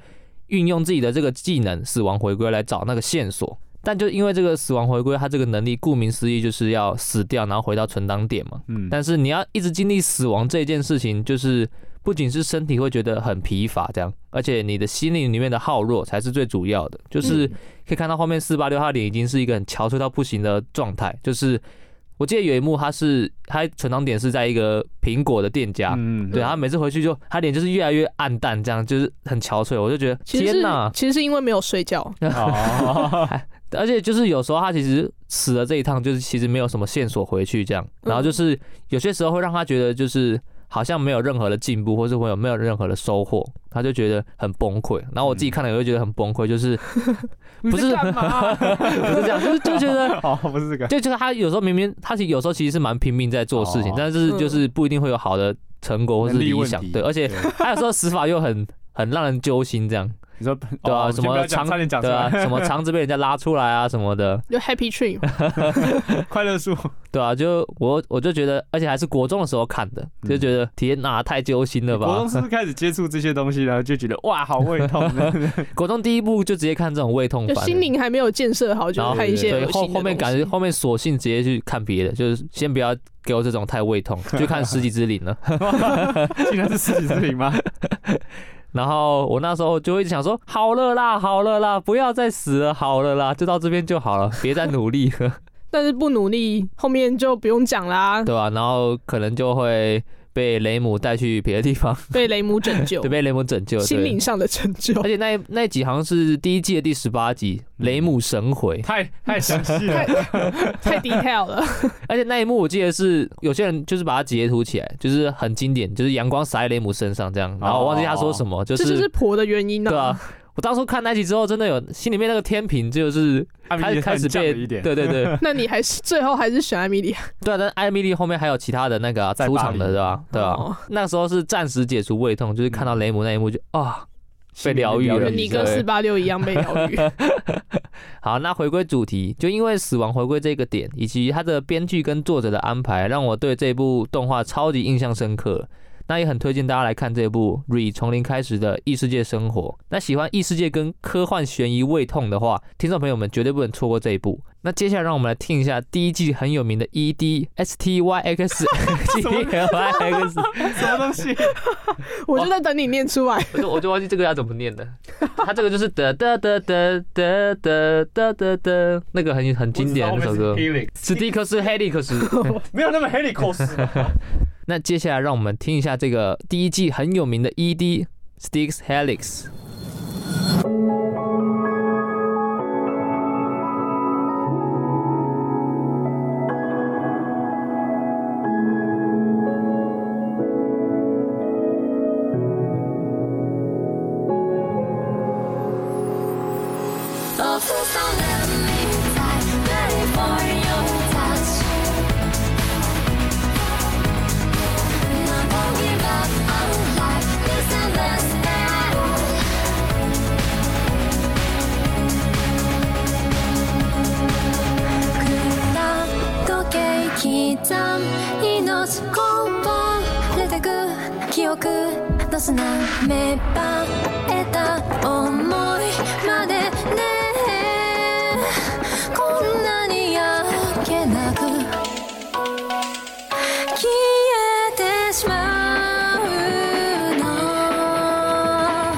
运用自己的这个技能死亡回归来找那个线索。但就因为这个死亡回归，他这个能力顾名思义就是要死掉，然后回到存档点嘛。
嗯，
但是你要一直经历死亡这件事情，就是不仅是身体会觉得很疲乏这样，而且你的心灵里面的耗弱才是最主要的。就是可以看到后面四八六他的脸已经是一个很憔悴到不行的状态，就是。我记得有一幕，他是他存档点是在一个苹果的店家，
嗯
对他每次回去就他脸就是越来越暗淡，这样就是很憔悴。我就觉得
其实
天
是
哪，
其实是因为没有睡觉，
哦，
而且就是有时候他其实死了这一趟，就是其实没有什么线索回去这样，
嗯
然后就是有些时候会让他觉得就是好像没有任何的进步，或是会有没有任何的收获，他就觉得很崩溃。然后我自
嗯
己看了也会觉得很崩溃，就是 不是
干嘛？
不是这样，就是就觉得。
哦，不是 这个，
就就是他有时候明明他其实有时候其实是蛮拼命在做事情，
哦
但是
嗯
就是不一定会有好的成果或是
能力
理
问
想，
题
对，而且
对
他有时候死法又很很让人揪心，这样
你说
对啊，
哦
什
先不
么
要讲
肠
差点讲出
对啊，
来，
什么肠子被人家拉出来啊什么的，
有 Happy Tree 嘛
快乐树，
对啊，就我我就觉得，而且还是国中的时候看的，就觉得天哪，太揪心了吧！
嗯国中是不是开始接触这些东西，然后就觉得哇，好胃 痛，
国中第一部就直接看这种胃痛
就
番，
心灵还没有建设好，就
然后
看一些
对
恶
后
心的
后面感觉
东西
后面索性直接去看别的，就是先不要给我这种太胃 痛，就看《十几之灵》了。
竟然是四己之灵吗？
然后我那时候就会一直想说，好了啦，好了啦，不要再死了，好了啦，就到这边就好了，别再努力 了，
但是不努力，后面就不用讲啦，
对吧、然后可能就会被雷姆带去别的地方，
被雷姆拯救
就，被雷姆拯救。
心
对哎
灵，上的成就
而。且那一那一集好像是第一季的第十八集，雷姆神回。
太太详细了，
太 detail 了，
而且那一幕我记得是有些人就是把它截图起来，就是很经典，就是阳光洒在雷姆身上这样。然后我忘记他说什 么，就
哦这就是是婆的原因
对
呢
啊。。我当初看那集之后，真的有心里面那个天平，就是开始开始被
一点，
对对对
那你还是最后还是选艾米莉亚，
对啊。但艾米丽后面还有其他的那个啊
在
出
巴
场的
黎
对吧？对
哦
啊，那时候是暂时解除胃痛，就是看到雷姆那一幕就
嗯
啊被疗愈了
跟尼哥四八六一样被疗 愈。
好，那回归主题，就因为死亡回归这个点，以及它的编剧跟作者的安排，让我对这部动画超级印象深刻。那也很推荐大家来看这部《re 从零开始的异世界生活》。那喜欢异世界跟科幻悬疑胃痛的话，听众朋友们绝对不能错过这一部。那接下来让我们来听一下第一季很有名的 E D S T Y X G L Y X，
什么东西？
我就在等你念出来，
我就我就忘记这个要怎么念的。它这个就是哒哒哒哒哒哒哒哒哒，那个很很经典的那首歌。史蒂克斯、黑利克斯。
没有那么 helicos，
那接下来让我们听一下这个第一季很有名的 ED Sticks Helix。
Oh, please don't let me die. Ready for your touch. And I won't give up on life. This endless battle.「時計刻む命こぼれてく記憶の砂芽生えた思いまでねこんなにあっけなく消えてしまうの」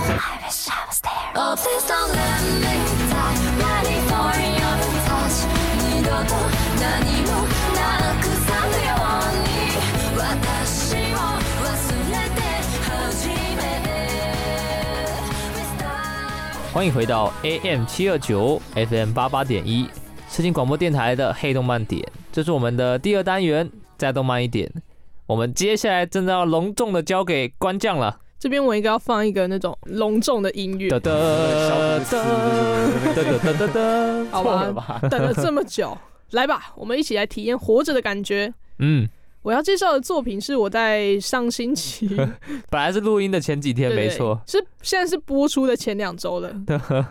I wish I was there. Oh, please don't let me die. Ready for your touch. 二度と何もなくさぬように私を忘れて初めて Mr.
欢迎回到 AM 七二九 FM 八八点一，赤金广播电台的黑动漫点，这是我们的第二单元，再动漫一点。我们接下来真的要隆重的交给关将了。
这边我应该要放一个那种隆重的音乐
哒，哒哒哒哒哒哒，
好
错了
吧？
吧？
等了这么久，来吧，我们一起来体验活着的感觉。
嗯，
我要介绍的作品是我在上星期，
本来是录音的前几天，
对
没错，，
对是现在是播出的前两 周了，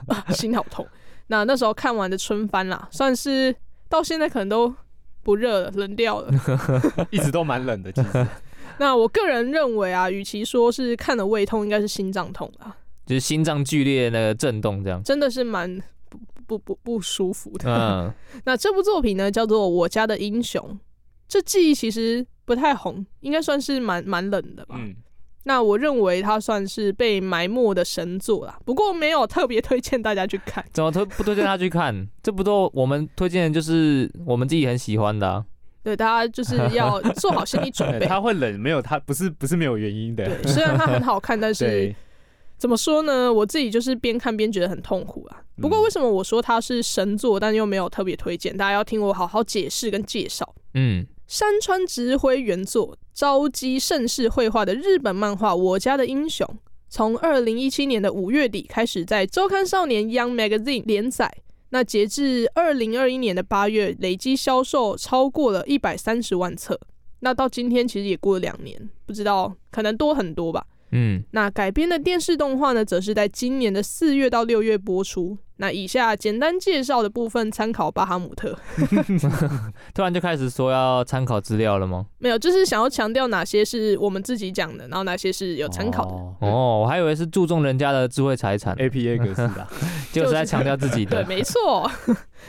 啊心好痛。那那时候看完的春番啦，算是到现在可能都不热了，冷 掉了。
一直都蛮冷的，其实
那我个人认为啊，与其说是看了胃痛，应该是心脏痛啦，
就是心脏剧烈那个震动这 样。
真的是蛮不不不不舒服的。
嗯，
那这部作品呢，叫做《我家的英雄》。这季其实不太红，应该算是蛮蛮冷的吧。
嗯
那我认为它算是被埋没的神作啦，不过没有特别推荐大家去看。
怎么推不推荐他去看？这不都我们推荐的就是我们自己很喜欢的、啊，
对，大家就是 要做好心理准备。
它会冷，没有它不是不是没有原因的，
对，虽然它很好看，但是
对，
怎么说呢？我自己就是边看边觉得很痛苦啊。不过
嗯
为什么我说它是神作，但又没有特别推荐？大家要听我好好解释跟介绍。
嗯，
山川直辉原作、朝基盛世绘画的日本漫画《我家的英雄》，从二零一七年的五月底开始在周刊少年 Young Magazine 连载。那截至二零二一年的八月，累计销售超过了一百三十万册。那到今天其实也过了两年，不知道可能多很多吧。
嗯，
那改编的电视动画呢，则是在今年的四月到六月播出。那以下简单介绍的部分参考《巴哈姆特》，
突然就开始说要参考资料了吗？
没有，就是想要强调哪些是我们自己讲的，然后哪些是有参考的。
嗯
哦，我还以为是注重人家的智慧财产，
A P A 格式的，
结果是在强调自己
对，
的。
没错。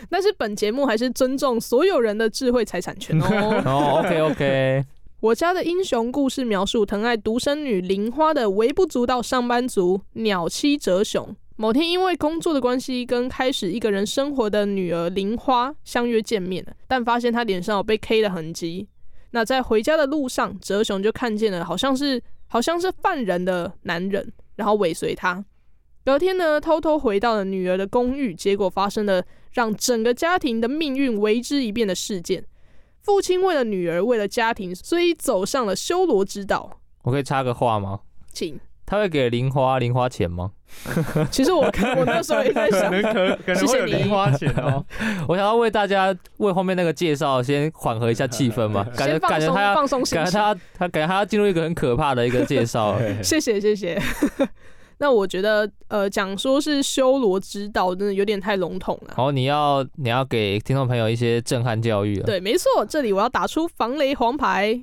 但是本节目还是尊重所有人的智慧财产权哦。
哦，OK OK，
我家的英雄故事描述疼爱独生女玲花的微不足道上班族鸟妻哲雄。某天因为工作的关系，跟开始一个人生活的女儿玲花相约见面了，但发现她脸上有被 K 的痕迹。那在回家的路上，哲雄就看见了好像是好像是犯人的男人，然后尾随他。隔天呢，偷偷回到了女儿的公寓，结果发生了让整个家庭的命运为之一变的事件。父亲为了女儿，为了家庭，所以走上了修罗之道。
我可以插个话吗？
请，
他会给零花零花钱吗？
其实我看我那时候也在想，
可可
谢谢你
花钱哦。
我想要为大家为后面那个介绍先缓和一下气氛嘛， 感觉
先放
感觉
松
他要
放松心
感觉
情。
他他感觉他要进入一个很可怕的一个介绍了。
谢谢谢谢。那我觉得，呃，讲说是修罗之道，真的有点太笼统了。
然后你要你要给听众朋友一些震撼教育了。，啊
对，没错，这里我要打出防雷黄牌。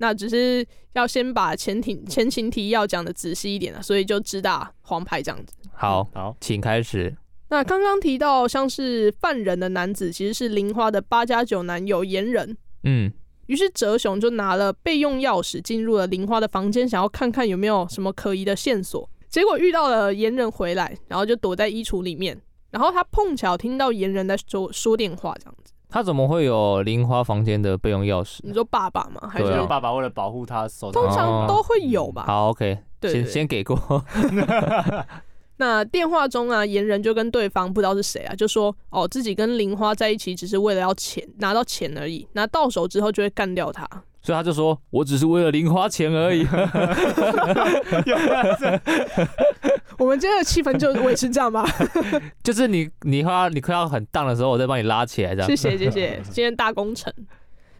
那只是要先把前提前情提要讲的仔细一点啊，所以就只打黄牌这样子。
好，
好，
请开始。
那刚刚提到像是犯人的男子，其实是玲花的八加九男友岩人。
嗯，
于是哲雄就拿了备用钥匙进入了玲花的房间，想要看看有没有什么可疑的线索。结果遇到了岩人回来，然后就躲在衣橱里面。然后他碰巧听到岩人在说说电话，这样子。
他怎么会有零花房间的备用钥匙？
你说爸爸吗？还是、
对啊
就爸爸为了保护他，手
通
哦
常都会有吧？
好，OK，
对
先
对
先给过。
那电话中啊，岩人就跟对方不知道是谁啊，就说哦自己跟玲花在一起只是为了要钱，拿到钱而已，拿到手之后就会干掉 他。
所以他就说：“我只是为了零花钱而已。
我们今天的气氛就维持这样吧。”
就是你，你快要你快要很荡的时候，我再帮你拉起来，这样
谢。谢 谢谢，今天大功臣。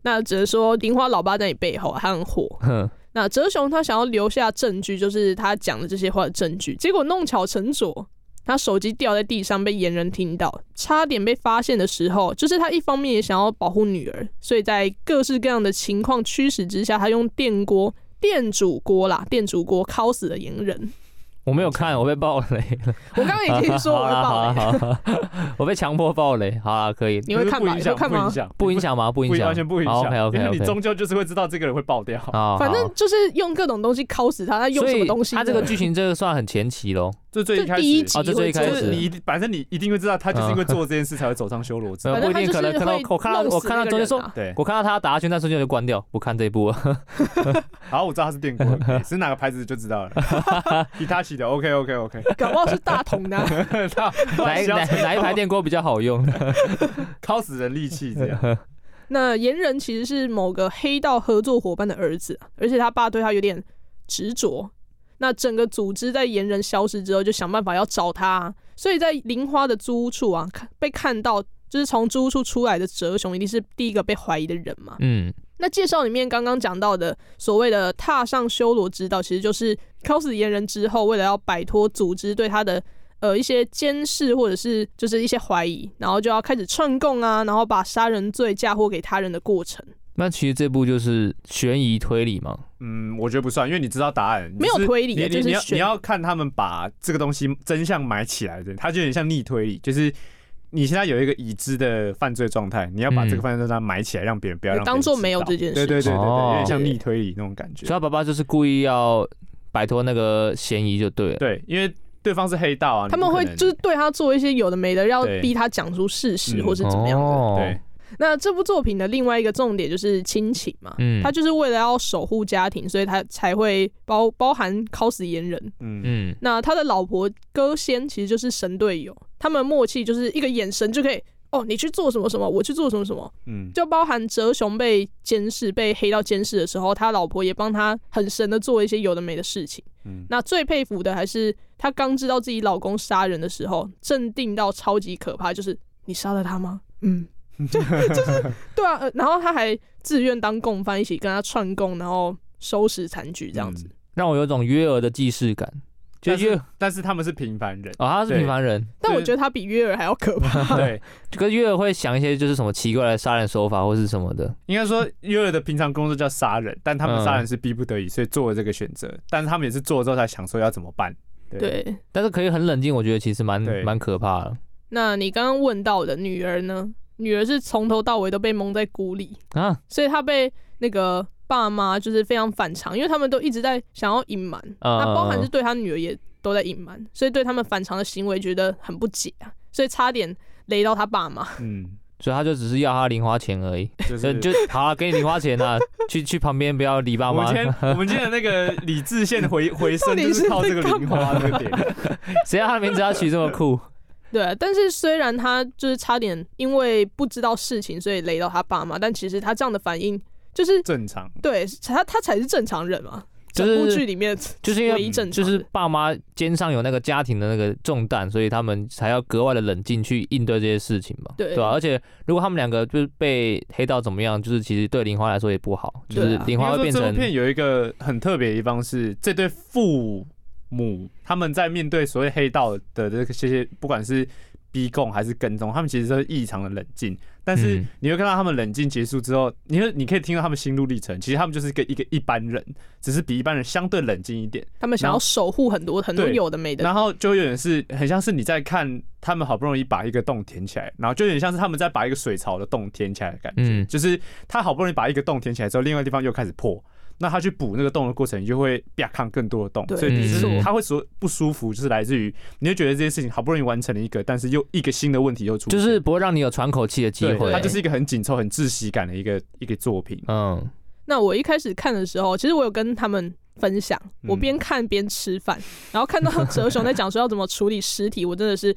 那只能说玲花老爸在你背后，啊他很火。
哼
那哲雄他想要留下证据，就是他讲的这些话的证据，结果弄巧成拙。他手机掉在地上，被岩人听到，差点被发现的时候，就是他一方面也想要保护女儿，所以在各式各样的情况驱使之下，他用电锅、电煮锅啦、电煮锅烤死了岩人。
我没有看，我被爆雷了。
我刚刚已经说我的
好
爆
啦
雷，
好啦啊好啦 我被强迫爆雷。好啦，可以，
你会看吧？
不
你
影
会
响，
看
不影
吗？
响，
不影响吗？不影响，
完全不影响，
OK
因
OK
为你
OK。
终究就是会知道这个人会爆掉。
啊
反正就是用各种东西烤死他，他用什么东西呢？
他这个剧情这个算很前期喽。
这最一开
这第一集
始，
哦这最一
会
开
就
始
是你一定，反正你一定会知道，他就是因为做这件事才会走上修罗之
呃
路
反。正
不
他
一
就
定
是
可能看到
会
我看到
弄死
我看到
那个
中间
人
说
啊
对，
我看到他打下去那瞬间我就关掉，不看这一部了。
好，我知道他是电锅了，是哪个牌子就知道了。以他起的，OK OK OK。
搞不好是大桶的啊、
他
哪一哪哪一排电锅比较好 用？
靠死人力气这样？
那岩人其实是某个黑道合作伙伴的儿子，啊而且他爸对他有点执着。那整个组织在岩人消失之后，就想办法要找他啊、所以在林花的租屋处啊，看被看到就是从租屋处出来的哲雄，一定是第一个被怀疑的人嘛。
嗯，
那介绍里面刚刚讲到的所谓的踏上修罗之道，其实就是敲死岩人之后，为了要摆脱组织对他的呃一些监视或者是就是一些怀疑，然后就要开始串供啊，然后把杀人罪嫁祸给他人的过程，
那其实这部就是悬疑推理嘛。
嗯，我觉得不算，因为你知道答案，
没有
就是
推理
你
就是
你你要
选
你要看他们把这个东西真相埋起来的，它就有点像逆推理，就是你现在有一个已知的犯罪状态，你要把
嗯
这个犯罪状态埋起来，让别人不要让别人
当作
知
没有
道
这件事
对对对对对，有
哦
点像逆推理那种感觉
所以。他爸爸就是故意要摆脱那个嫌疑就对了。
对，因为对方是黑道啊，
他们会
你不可能
就是对他做一些有的没的，要
对
逼他讲出事实
嗯
或是怎么样的。
哦
对，
那这部作品的另外一个重点就是亲情嘛，
嗯
他就是为了要守护家庭，所以他才会包包含敲死岩人。
嗯，
嗯，
那他的老婆歌仙其实就是神队友，他们默契就是一个眼神就可以，哦，你去做什么什么，我去做什么什么，
嗯，
就包含哲雄被监视、被黑到监视的时候，他老婆也帮他很神的做一些有的没的事情。
嗯
那最佩服的还是她刚知道自己老公杀人的时候，镇定到超级可怕，就是你杀了他吗？ 嗯，就就是对啊，
嗯
呃然后他还自愿当共犯，一起跟他串供，然后收拾残局这样子。
让我有种约尔的既视感，就
但
约
是但是他们是平凡人，
哦他是
对
平凡人，
但我觉得他比约尔还要可怕。
对，
可是约尔会想一些就是什么奇怪的杀人手法或是什么的，
应该说约尔的平常工作叫杀人，但他们
嗯
杀人是逼不得已，所以做了这个选择，但是他们也是做了之后才想说要怎么办。
对，
但是可以很冷静，我觉得其实蛮
对
蛮可怕的
那你刚刚问到的女儿呢？女儿是从头到尾都被蒙在鼓里，
啊
所以她被那个爸妈就是非常反常，因为他们都一直在想要隐瞒，
嗯
那包含
嗯
是对他女儿也都在隐瞒，所以对他们反常的行为觉得很不解啊，所以差点雷到他爸妈。
嗯，
所以他就只是要他零花钱而已，
就
就是就好了，给你零花钱 啊，去去旁边不要理爸
我们
妈
今，天我们今天的那个理智线回回升就是靠这个零花这个点，
谁让他名字要取这么 酷？
对啊，但是虽然他就是差点因为不知道事情，所以雷到他爸妈，但其实他这样的反应就是
正常。
对他，他才是正常人嘛。
就是
整部剧里面
就是因
唯
为
一正常
就
的
是爸妈肩上有那个家庭的那个重担，所以他们才要格外的冷静去应对这些事情嘛，
对
吧、而且如果他们两个就是被黑到怎么样，就是其实对林花来说也不好，就是
对啊
林花会变
应该说这
成
部片有一个很特别的地方是，这对父母他们在面对所谓黑道的这些，不管是逼供还是跟踪，他们其实都是异常的冷静。但是
嗯
你会看到他们冷静结束之后，你会你可以听到他们心路历程。其实他们就是一个一个一般人，只是比一般人相对冷静一点。
他们想要守护很多很多
对
有的没的，
然后就有点是很像是你在看他们好不容易把一个洞填起来，然后就有点像是他们在把一个水槽的洞填起来的感觉，
嗯
就是他好不容易把一个洞填起来之后，另外地方又开始破。那他去补那个洞的过程，就会啪看更多的洞，
对
所以你
没
是
错
他会所不舒服，就是来自于你会觉得这件事情好不容易完成了一个，但是又一个新的问题又出现，
就是不会让你有喘口气的机
对，
会。
它就是一个很紧凑、很窒息感的一个一个作品。
嗯，
那我一开始看的时候，其实我有跟他们分享，
嗯
我边看边吃饭，然后看到哲雄在讲说要怎么处理尸体，我真的是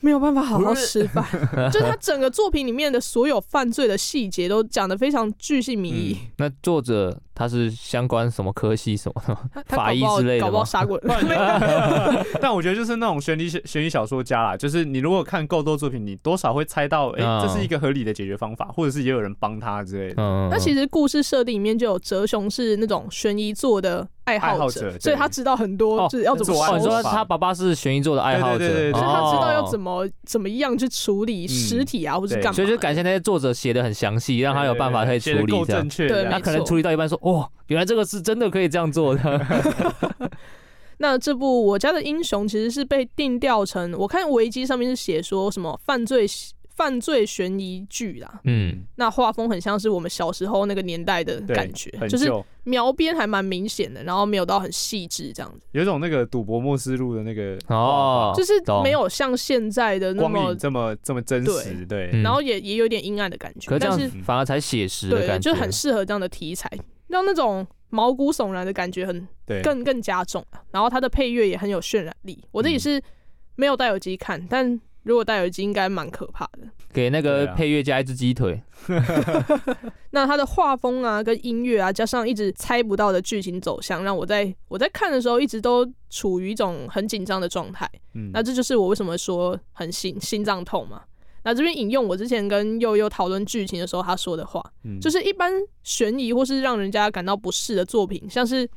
没有办法好好吃饭。就是他整个作品里面的所有犯罪的细节都讲得非常巨细靡遗，
那作者他是相关什么科系什么的吗？
他
法医
搞不好
之类的
搞不好
吗
杀过人。
但我觉得就是那种悬疑小悬疑小说家啦，就是你如果看够多作品，你多少会猜到，哎、
嗯
这是一个合理的解决方法，或者是也有人帮他之类的。
嗯，
那其
实
实故事设定里面就有哲雄是那种悬疑座的爱
爱好
好
者对
所以他知道很多
哦
就是要怎么
作
哦，
案
收
你
拾
说
手法
他爸爸是悬疑座的爱好者，哦
对对对对
就是他知道要怎
么。
么怎么样去处理尸体啊，或是
对
干嘛
所
的。
以就感谢那些作者写的很详细，让他有办法可以处
写得
理
够
这样
正。确
对没
这
他
样。
可能
错
处理到一半说：“哦，原来这个是真的可以这样做的。
那这部《我家的英雄》其实是被定调成，我看维基上面是写说什么犯罪犯罪悬疑剧啦，”
嗯，
那画风很像是我们小时候那个年代的
对
感觉，
很
就是
旧
描边还蛮明显的，然后没有到很细致这样子，
有一种那个赌博默示录的那个
哦，
就是
懂
没。有像现在的那
光
么
影，这么这么真实，对，
嗯
然后也也有点阴暗的感觉，
可是这
但
样
是
反而才写实的
对，
感觉，
就很适合这样的题材，让那种毛骨悚然的感觉很
对，
更更加重啊然后它的配乐也很有渲染力。我自己是没有戴耳机看，但如果戴耳机应该蛮可怕的。
给那个
对啊
配乐加一只鸡腿。
那它的画风啊，跟音乐啊，加上一直猜不到的剧情走向，让我在我在看的时候一直都处于一种很紧张的状态。
嗯
那这就是我为什么说很心心脏痛嘛。那这边引用我之前跟悠悠讨论剧情的时候他说的话，
嗯
就是一般悬疑或是让人家感到不适的作品，像是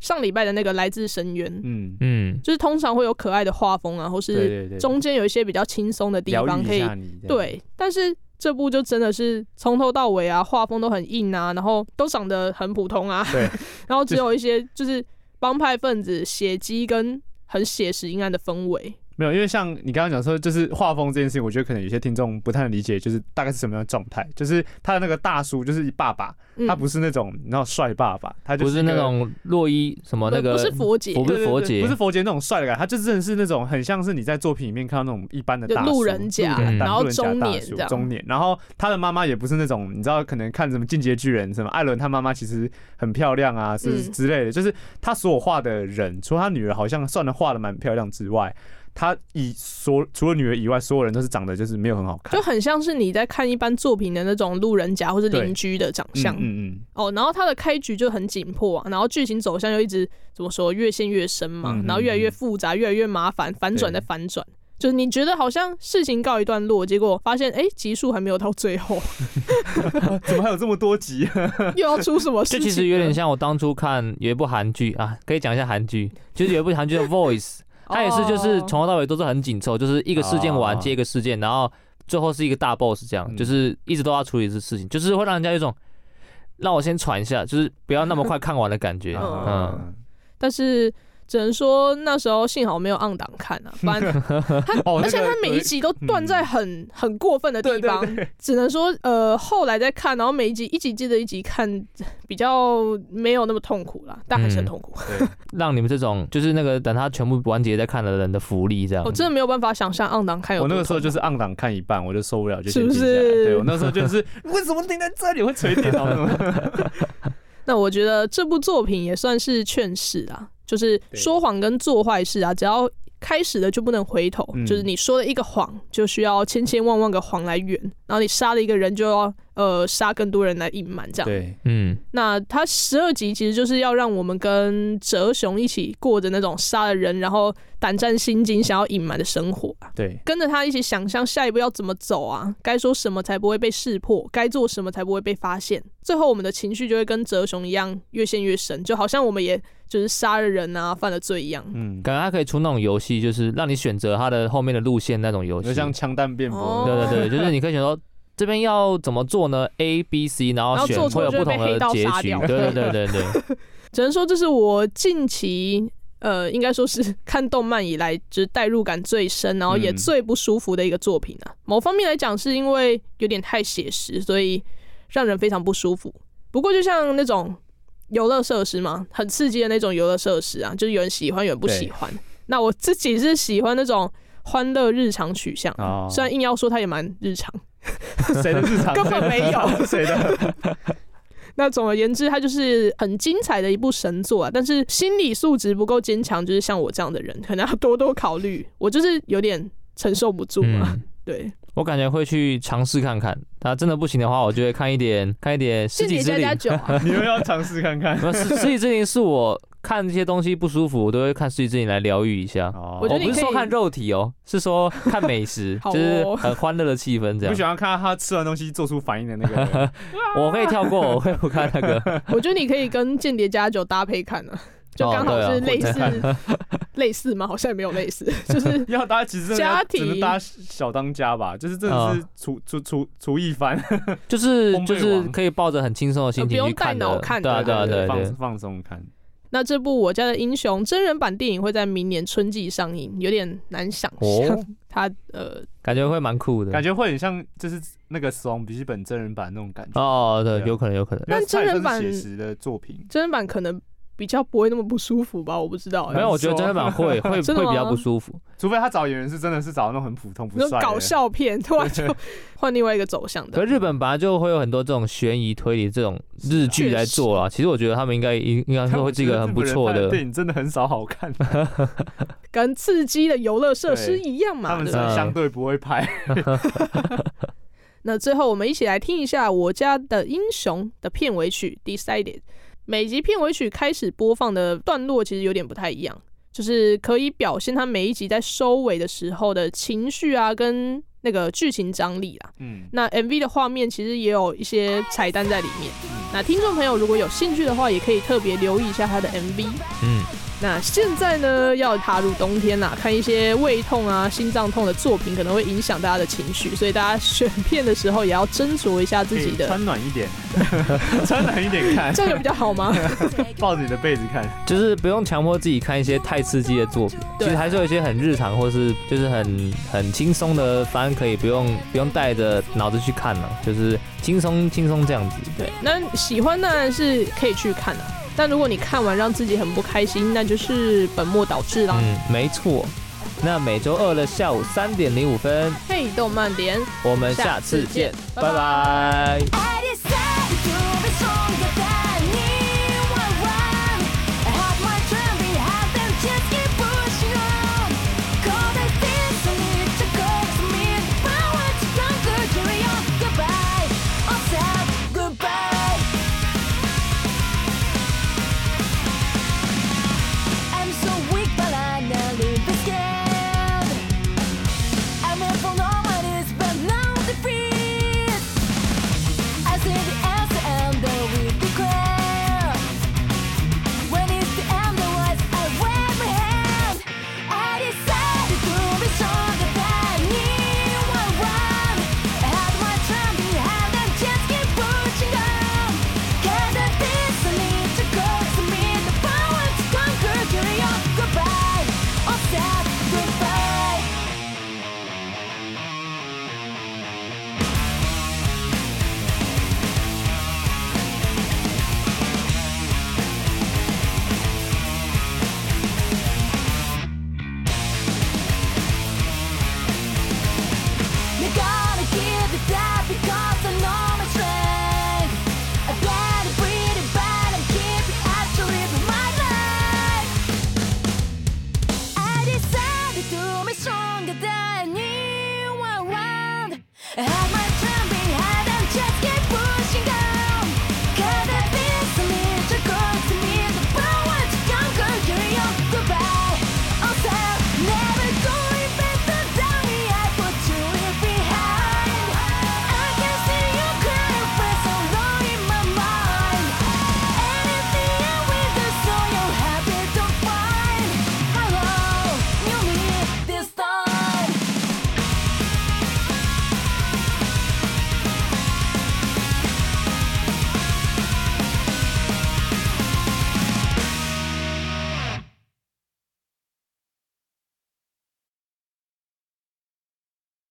上礼拜的那个《来自深渊》，
嗯，
嗯，
就是通常会有可爱的画风啊，或
对
是
对对，
中间有一些比较轻松的地
疗
方
愈
可
一
以
下你，这样，
对，但是这部就真的是从头到尾啊，画风都很硬啊，然后都长得很普通啊，
对，
然后只有一些就是帮派分子血迹跟很写实阴暗的氛围，
没有，因为像你刚刚讲说，就是画风这件事情，我觉得可能有些听众不太能理解，就是大概是什么样的状态，就是他的那个大叔，就是爸爸，
嗯，
他不是那种你知道帅爸爸，他就
不
是
是
一个
那种洛伊什么
不
那个，
不是佛姐
佛不
对
是
对对
佛节
不是佛节那种帅的感觉，他就真的是那种很像是你在作品里面看到那种一般的
就
大叔
路人甲
路人
嗯
然后
路人甲
中
大
年
叔
这样
中年，然后他的妈妈也不是那种你知道可能看什么进阶巨人什么艾伦他妈妈其实很漂亮啊，是
嗯
之类的，就是他所有画的人，除了他女儿好像算的画的蛮漂亮之外。他以所除了女儿以外，所有人都是长得就是没有很好看
就，很像是你在看一般作品的那种路人甲或是
对
邻居的长相
嗯嗯
哦，然后它的开局就很紧迫啊，然后剧情走向又一直怎么说越陷越深嘛，
嗯
然后越来
嗯
越
嗯
复杂，越来越麻烦，反转再反转，就是你觉得好像事情告一段落，结果发现哎集数还没有到最后，
怎么还有这么多集？
又要出什么事
这
情？
其实有点，像我当初看有一部韩剧啊，可以讲一下韩剧，就是有一部韩剧叫《Voice》，它也是就是从头到尾都是很紧凑，就是一个事件完
哦
接一个事件，然后最后是一个大 boss 这样，
嗯
就是一直都要处理这事情，就是会让人家有一种让我先喘一下，就是不要那么快看完的 感觉。嗯，
嗯，
但是。只能说那时候幸好没有按档看啊，不然他、
哦
而且
那个
他每一集都断在很、很过分的地方，只能说呃后来再看，然后每一集一集接着一集看，比较没有那么痛苦啦，但还是很
嗯
痛苦。
让你们这种就是那个等它全部完结再看的人的福利这样
我。真的没有办法想象昂档看有
我
多
那
痛。
个时候就是暗档看一半，我就受不了，就先
是不是
停下来对我那时 候就是为什么停在这里会垂电脑？
那我觉得这部作品也算是劝世啊，就是
对
说谎跟做坏事啊，只要开始了就不能回头，
嗯
就是你说了一个谎，就需要千千万万个谎来圆，然后你杀了一个人，就要呃杀更多人来隐瞒这样。
对，
嗯，
那它十二集其实就是要让我们跟哲雄一起过着那种杀了人，然后胆战心惊，想要隐瞒的生活啊。
对，
跟着他一起想象下一步要怎么走啊，该说什么才不会被识破，该做什么才不会被发现。最后我们的情绪就会跟哲雄一样越陷越深，就好像我们也就是杀了人啊，犯了罪一样。
嗯，
感觉它可以出那种游戏，就是让你选择它的后面的路线那种游戏
就。像枪弹辩
哦
驳，
对对对，就是你可以选说这边要怎么做呢？A、B、C，然
然后
后选
做错
会有
就
不
会被
同
黑
的
道
结
杀
局
掉。
对对对对 对，
只能说这是我近期呃，应该说是 看动漫以来，就是代入感最深，然后也
嗯
最不舒服的一个作品啊。某方面来讲，是因为有点太写实，所以让人非常不舒服。不过，就像那种游乐设施嘛，很刺激的那种游乐设施啊，就是有人喜欢，有人不喜欢。那我自己是喜欢那种欢乐日常取向的，
哦
虽然硬要说它也蛮日常。
谁的日常
根本没有
谁的，
那总而言之，它就是很精彩的一部神作啊。但是心理素质不够坚强，就是像我这样的人，可能要多多考虑。我就是有点承受不住
啊
嘛。
嗯，
对，
我感觉会去尝试看看。他真的不行的话，我就会看一点看一点《十
间谍
几之
加
灵
加》酒 啊，
你们要尝试看看。
不是。《十几之灵》是我看这些东西不舒服，我都会看《十几之灵》来疗愈一下。
哦
我觉
我
得你
不是
可以，
说看肉体哦，是说看美食
好哦
就是很欢乐的气氛这
不
样。
想要看到他吃完东西做出反应的那 个，
我可以跳过，我会不看那 个。
我觉得你可以跟间谍加酒搭配看啊，就刚好
哦对啊
是类似、
我
类似吗？好像也没有类似， 就是
要大家其实真的要
家
只能
庭
大家小当家吧，就是真的
哦
是厨厨厨厨艺番，
就是
烘焙
就是
王
可以抱着很轻松的心
呃不
情
用
去看
带脑
的，
看
对啊
的
对啊对啊对啊
放放松看。
那这部《我家的英雄》真人版电影会在明年春季上映，有点难想象、
哦
它呃
感觉会蛮酷的。
感觉会很像就是那个《死亡笔记本》真人版那种感觉。
哦，对，
对啊
有可能有可能。
因为
但真人版
它也算是写实的作品，
真人版可能比较不会那么不舒服吧，我不知道、欸。
没有，我觉得
说
真人版会会
真的
会比较
吗
不舒服。
除非他找演员是真的是找那种很普通不
那种
帅的
搞笑片，突然就换另外一个走向
可
的
是。日本本来就会有很多这种悬疑推理这种日剧来做啊。其实我觉得他们应该应应该
但
说
我
会
觉
是一个
得
很
日
不
本人
错
拍
的。
电影，真的很少 好看，
跟刺激的游乐设施一样
他
嘛。
们
对
是
吧
嗯
相对不会拍。
那最后我们一起来听一下《我家的英雄》的片尾曲《Decided》。每集片尾曲开始播放的段落其实有点不太一样，就是可以表现他每一集在收尾的时候的情绪啊，跟那个剧情张力啊啦。
嗯，
那 MV 的画面其实也有一些彩蛋在里面。那听众朋友如果有兴趣的话，也可以特别留意一下他的 MV。
嗯，
那现在呢，要踏入冬天啦，看一些胃痛啊、心脏痛的作品，可能会影响大家的情绪，所以大家选片的时候也要斟酌一下自己
可以
的，
穿暖一点， 穿暖一点看，
这样有比较好吗？
抱着你的被子看。
就是不用强迫自己看一些太刺激的作品，其
对
实还是有一些很日常或是就是很很轻松的，反正可以不用不用带着脑子去看了、就是轻松轻松这样子。
对，那喜欢当然是可以去看的、但如果你看完让自己很不开心，那就是本末倒置啦。
嗯，没错。那每周二的下午三点零五分，
嘿，动漫点，
我们下次见，拜
I
拜
decide to be stronger than anyone. I have my dream behind them, just keep pushing on. 'Cause I feel so need to go to me. Power to conquer, carry on. Goodbye, oh sad goodbye. I'm so weak, but I never be scared. 甘